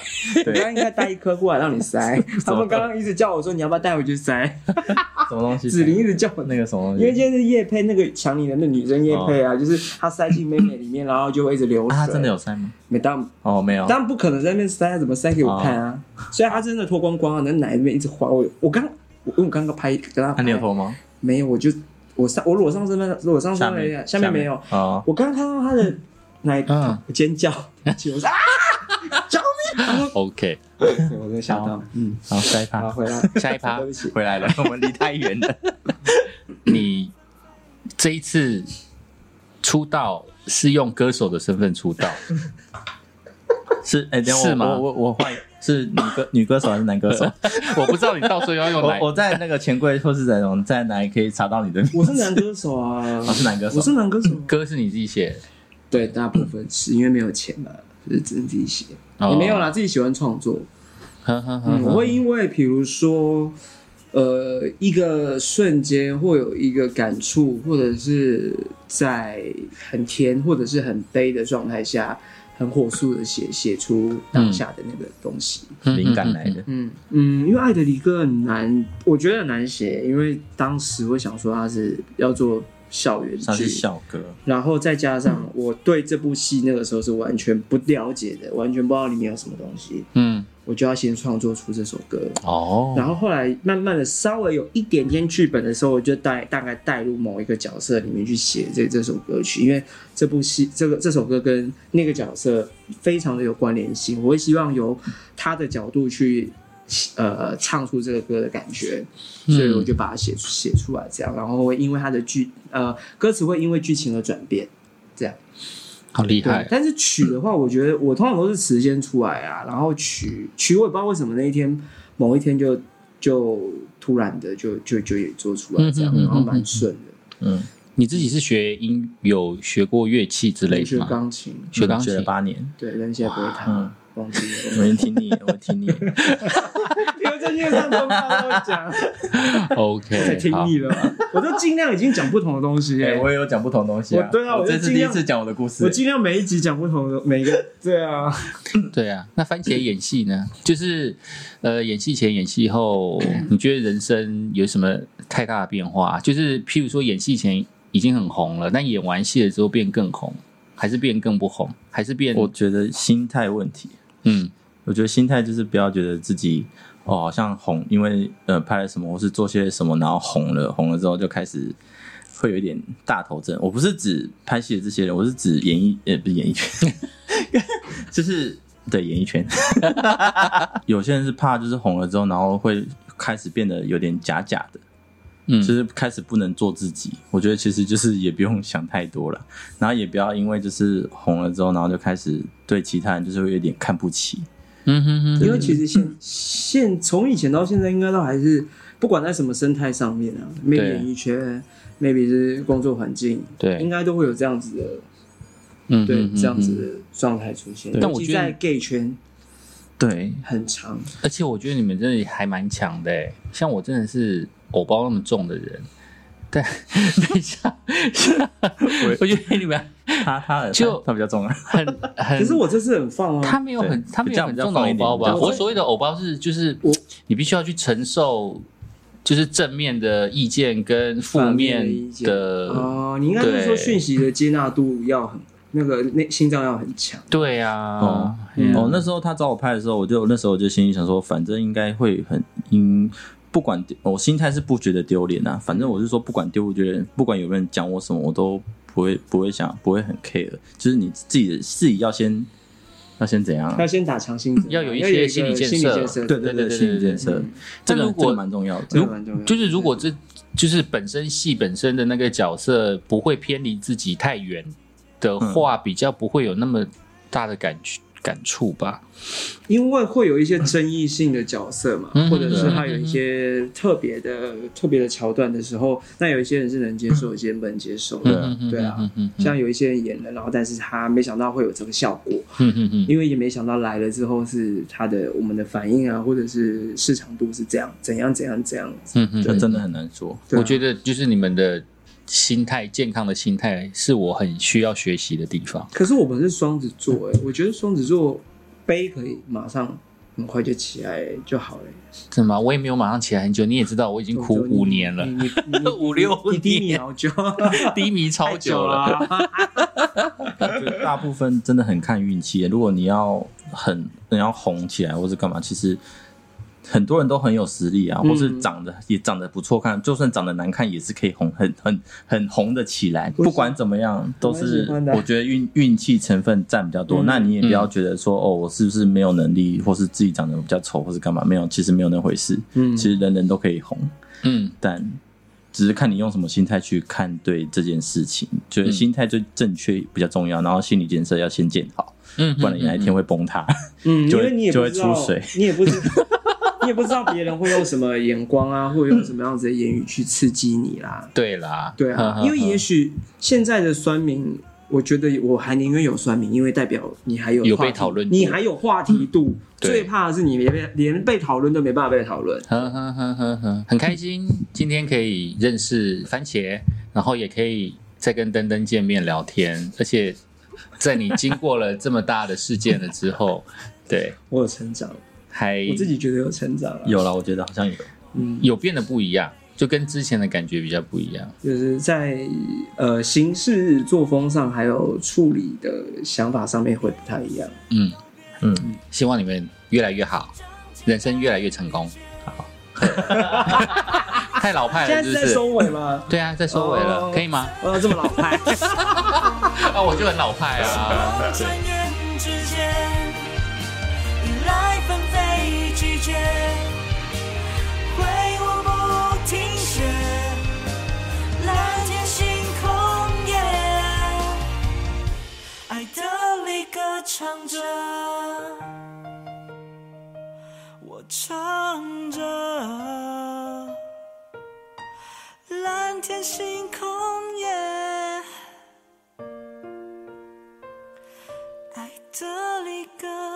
Speaker 3: 我刚刚应该带一颗过来让你塞，他们刚刚一直叫我说你要不要带回去塞，
Speaker 2: 什么东西？
Speaker 3: 子琳一直叫我
Speaker 2: [laughs]
Speaker 3: 那
Speaker 2: 那个什么东
Speaker 3: 因为
Speaker 2: 西？
Speaker 3: 今天是叶佩那个强尼的那女生叶佩啊，就是她塞进妹妹里面，然后就会一直流水。
Speaker 2: 啊，他真的有塞吗？
Speaker 3: 没当
Speaker 2: 哦，没有。
Speaker 3: 当然不可能在那边塞，怎么塞给我看啊？所以她真的脱光光啊，那奶那边一直滑。我我刚我我刚刚拍跟她
Speaker 2: 那
Speaker 3: 拍，
Speaker 2: 啊你有脱吗？
Speaker 3: 没有？我就我上我裸上身份，裸上身份而已啊，下面没有。
Speaker 2: 哦，
Speaker 3: 我刚看到她的奶
Speaker 1: 嗯
Speaker 3: 尖叫，我说啊，救命！她说
Speaker 1: OK，
Speaker 3: 对我真的吓到，嗯，
Speaker 2: 然后塞
Speaker 3: 好
Speaker 2: 他
Speaker 3: 回来，
Speaker 1: 下一趴
Speaker 3: 对不起，
Speaker 2: 回来了，我们离太远了。
Speaker 1: 你这一次出道是用歌手的身份出道，
Speaker 2: [laughs]
Speaker 1: [laughs]
Speaker 2: 是哎，等一下
Speaker 1: 是吗
Speaker 2: 我我我我换是女歌女歌手还是男 [laughs] 歌手？
Speaker 1: 我不知道你到时候要用哪
Speaker 3: [laughs]
Speaker 2: 我。我在那个钱柜或是在种在哪里可以查到你的名字？
Speaker 3: 我是男歌手啊，
Speaker 2: 我是男歌手
Speaker 3: 我是男歌手。
Speaker 1: 歌是你自己写的，
Speaker 3: 对，大部分是因为没有钱嘛，就是只能自己写，
Speaker 1: 哦
Speaker 3: 也没有啦，自己喜欢创作。
Speaker 1: 呵呵呵
Speaker 3: 嗯，我
Speaker 1: 呵
Speaker 3: 会因为比如说，呃，一个瞬间或有一个感触，或者是在很甜或者是很悲的状态下，很火速的写写出当下的那个东西。
Speaker 2: 灵感来。
Speaker 1: 嗯嗯嗯
Speaker 2: 的。
Speaker 3: 嗯嗯，因为《爱的离歌》很难，我觉得很难写，因为当时我想说它是要做校园
Speaker 2: 他
Speaker 3: 剧
Speaker 2: 是，校歌，
Speaker 3: 然后再加上我对这部戏那个时候是完全不了解的，完全不知道里面有什么东西，
Speaker 1: 嗯，
Speaker 3: 我就要先创作出这首歌。然
Speaker 1: 哦，
Speaker 3: 后后来慢慢的稍微有一点点剧本的时候，我就带大概带入某一个角色里面去写这这首歌曲，因为这部戏这个这首歌跟那个角色非常的有关联性，我会希望由他的角度去呃唱出这个歌的感觉，所以我就把它写写出来，这样，然后会因为它的剧呃歌词会因为剧情而转变，这样。
Speaker 1: 好厉
Speaker 3: 对
Speaker 1: 害，，
Speaker 3: 哎但是曲的话，我觉得我通常都是词先出来啊，然后曲曲我也不知道为什么那一天某一天就就突然的就就就也做出来这样
Speaker 1: 嗯，哼
Speaker 3: 然后
Speaker 1: 嗯哼
Speaker 3: 蛮顺的。
Speaker 2: 嗯，
Speaker 1: 你自己是学音，有学过乐器之类
Speaker 3: 我学
Speaker 1: 的吗？
Speaker 3: 钢琴，
Speaker 1: 学钢
Speaker 2: 学了
Speaker 1: 琴，
Speaker 2: 八年，
Speaker 3: 对，但现在不会弹
Speaker 2: 嗯，
Speaker 3: 忘记
Speaker 2: 我
Speaker 3: 了。 [laughs]
Speaker 2: 会听你，我会听你。
Speaker 3: 因为在线上都怕我
Speaker 1: [laughs]
Speaker 3: 讲，太 [laughs]
Speaker 1: OK，
Speaker 3: 听
Speaker 1: 好，
Speaker 3: 腻了嘛，我都尽量已经讲不同的东
Speaker 1: [laughs]
Speaker 3: 西耶
Speaker 2: 哎，我也有讲不同东西啊
Speaker 3: 我。对啊我
Speaker 2: 我
Speaker 3: 就
Speaker 2: 这是
Speaker 3: 尽
Speaker 2: 第一
Speaker 3: 量
Speaker 2: 次讲我的故事
Speaker 3: 我。尽量每一集讲不同的每个，对啊，
Speaker 1: 对啊，那番茄演戏呢？ [clears throat] 就是呃，演戏前、演戏后，你觉得人生有什么太大的变化？就是譬如说，演戏前已经很红了，但演完戏了之后变更红，还是变更不红，还是变
Speaker 2: 我觉得心态问题，
Speaker 1: 嗯
Speaker 2: 我觉得心态就是不要觉得自己哦，好像红，因为呃拍了什么或是做些什么，然后红了，红了之后就开始会有一点大头症。我不是指拍戏的这些人，我是指演艺呃不是演
Speaker 1: [laughs]
Speaker 2: 艺圈，就是对演艺圈， [laughs] 有些人是怕就是红了之后，然后会开始变得有点假假的。
Speaker 1: 嗯，
Speaker 2: 就是开始不能做自己。我觉得其实就是也不用想太多了，然后也不要因为就是红了之后，然后就开始对其他人就是会有点看不起。
Speaker 1: 嗯哼哼，
Speaker 3: 因为其实现现从以前到现在，应该都还是不管在什么生态上面啊，maybe
Speaker 1: 对
Speaker 3: 演艺圈，maybe 是工作环境，应
Speaker 1: 对，
Speaker 3: 该都会有这样子的
Speaker 1: 嗯
Speaker 3: 对
Speaker 1: 嗯嗯
Speaker 3: 这样子
Speaker 1: 嗯
Speaker 3: 的状态出现。
Speaker 1: 对但我
Speaker 3: 尤其
Speaker 1: 觉得
Speaker 3: 在 gay 圈
Speaker 2: 对，
Speaker 3: 很长，
Speaker 1: 而且我觉得你们真的还蛮强的欸，像我真的是偶包那么重的人，但 [laughs] 等一下，我觉得你们
Speaker 2: 他他
Speaker 1: 就
Speaker 2: 他他比较重啊，
Speaker 1: 很很，
Speaker 3: 可是我这次很放
Speaker 1: 他
Speaker 3: 啊，
Speaker 1: 没有很
Speaker 2: 对
Speaker 1: 他没有很重的偶包
Speaker 2: 这
Speaker 1: 吧？
Speaker 2: 样比较放一点
Speaker 1: 我所谓的偶包是就是
Speaker 3: 我
Speaker 1: 你必须要去承受，就是正面的意见跟负
Speaker 3: 反面的意
Speaker 1: 面
Speaker 3: 见
Speaker 1: 的，
Speaker 3: 哦，你应该是说
Speaker 1: 对
Speaker 3: 讯息的接纳度要很那个内心脏要很强，
Speaker 1: 对啊，
Speaker 2: 哦
Speaker 1: 嗯
Speaker 2: 哦，那时候他找我拍的时候，我就那时候我就心里想说，反正应该会很因。不管我心态是不觉得丢脸啊，反正我是说，不管丢不丢脸，不管有没有人讲我什么，我都不会不会想不会很 care。就是你自己的自己要先要先怎样啊、
Speaker 3: 要先打强心针啊，
Speaker 1: 要有一
Speaker 3: 要
Speaker 1: 些
Speaker 3: 有一
Speaker 1: 心理
Speaker 3: 个
Speaker 1: 建
Speaker 3: 心理
Speaker 1: 设
Speaker 3: 建设，
Speaker 2: 对对
Speaker 1: 对
Speaker 2: 对，
Speaker 1: 对
Speaker 2: 心理
Speaker 1: 对
Speaker 2: 建设
Speaker 3: 嗯，
Speaker 2: 这
Speaker 1: 但
Speaker 2: 个
Speaker 1: 如果嗯
Speaker 2: 这个蛮重要的。
Speaker 3: 这个蛮重要的。
Speaker 1: 就是如果这就是本身戏本身的那个角色不会偏离自己太远的话，比较不会有那么大的感觉感触吧。
Speaker 3: 因为会有一些争议性的角色嘛，
Speaker 1: 嗯
Speaker 3: 或者是他有一些特别的、特别的桥段的时候，那有一些人是能接受，有些人不能接受
Speaker 2: 对
Speaker 3: 的。
Speaker 2: 啊
Speaker 3: 对啊
Speaker 1: 嗯嗯嗯
Speaker 3: 像有一些人演了，然后但是他没想到会有这个效果，
Speaker 1: 嗯嗯嗯嗯
Speaker 3: 因为也没想到来了之后是他的我们的反应啊，或者是市场度是这样，怎样怎样怎样。
Speaker 1: 嗯嗯
Speaker 2: 这真的很难说。
Speaker 3: 对啊
Speaker 1: 我觉得就是你们的心态，健康的心态是我很需要学习的地方。
Speaker 3: 可是我们是双子座、哎，我觉得双子座悲可以马上很快就起来就好了、
Speaker 1: 怎么？我也没有马上起来很久，你也知道我已经哭五年了
Speaker 3: 你，你你你
Speaker 1: [laughs] 五六
Speaker 3: 你低迷
Speaker 1: 年
Speaker 3: 好久，
Speaker 1: 低迷超
Speaker 3: 太
Speaker 1: 久了。
Speaker 3: 了。
Speaker 1: [laughs]
Speaker 2: 大部分真的很看运气。如果你要很你要红起来或是干嘛，其实很多人都很有实力啊，
Speaker 3: 嗯
Speaker 2: 或是长得也长得不错看，就算长得难看也是可以红，很很很红的起来。
Speaker 3: 我喜
Speaker 2: 不管怎么样，都
Speaker 3: 蛮
Speaker 2: 是
Speaker 3: 喜欢的
Speaker 2: 我觉得运运气成分占比较多。
Speaker 3: 嗯
Speaker 2: 那你也不要觉得说哦，我是不是没有能力，或是自己长得比较丑，或是干嘛？没有，其实没有那回事。
Speaker 3: 嗯
Speaker 2: 其实人人都可以红。
Speaker 1: 嗯，
Speaker 2: 但只是看你用什么心态去看对这件事情，
Speaker 1: 嗯
Speaker 2: 觉得心态最正确比较重要，然后心理建设要先建好，
Speaker 1: 嗯，
Speaker 2: 不然你哪一天
Speaker 1: 会
Speaker 2: 会崩塌。 [laughs]
Speaker 3: 嗯，因
Speaker 2: 就会
Speaker 3: 为你也不知道
Speaker 2: 就会出水
Speaker 3: 你也不知你也不知道别人会用什么眼光啊，或者用什么样子的言语去刺激你啦。
Speaker 1: 对啦，
Speaker 3: 对啊，因为
Speaker 1: 嗯
Speaker 3: 也许现在的酸民，我觉得我还宁愿有酸民，因为代表你还有
Speaker 1: 有
Speaker 3: 话题
Speaker 1: 被讨论度嗯
Speaker 3: 你还有话题度。
Speaker 1: 对
Speaker 3: [laughs] 最怕的是你连被连被讨论都没办法被讨论。
Speaker 1: 呵呵呵呵呵，很开心今天可以认识番茄，然后也可以再跟登登见面聊天，而且在你经过了这么大的事件了之后，对，
Speaker 3: 我有成长，
Speaker 1: 还
Speaker 3: 我自己觉得有成长啊。
Speaker 2: 有了，我觉得好像有。
Speaker 3: 嗯，
Speaker 1: 有变得不一样，就跟之前的感觉比较不一样。
Speaker 3: 就是在呃行事作风上，还有处理的想法上面会不太一样。
Speaker 1: 嗯
Speaker 2: 嗯，
Speaker 1: 希望你们越来越好，人生越来越成功。好， [laughs] 太老派
Speaker 3: 现
Speaker 1: 了，
Speaker 3: 在
Speaker 1: 是
Speaker 3: 是
Speaker 1: 不
Speaker 3: 在
Speaker 1: 是？
Speaker 3: 收
Speaker 1: [laughs]
Speaker 3: 尾吗？
Speaker 1: 对啊，在收尾了，
Speaker 3: 哦
Speaker 1: 可以吗？
Speaker 3: 哇，这么老派。
Speaker 1: 啊，我就很老派啊。
Speaker 4: 光穿越之间，迎来纷飞聚集。觉，挥舞不停歇，蓝天星空夜，爱的离歌唱着，我唱着，蓝天星空夜。爱的离歌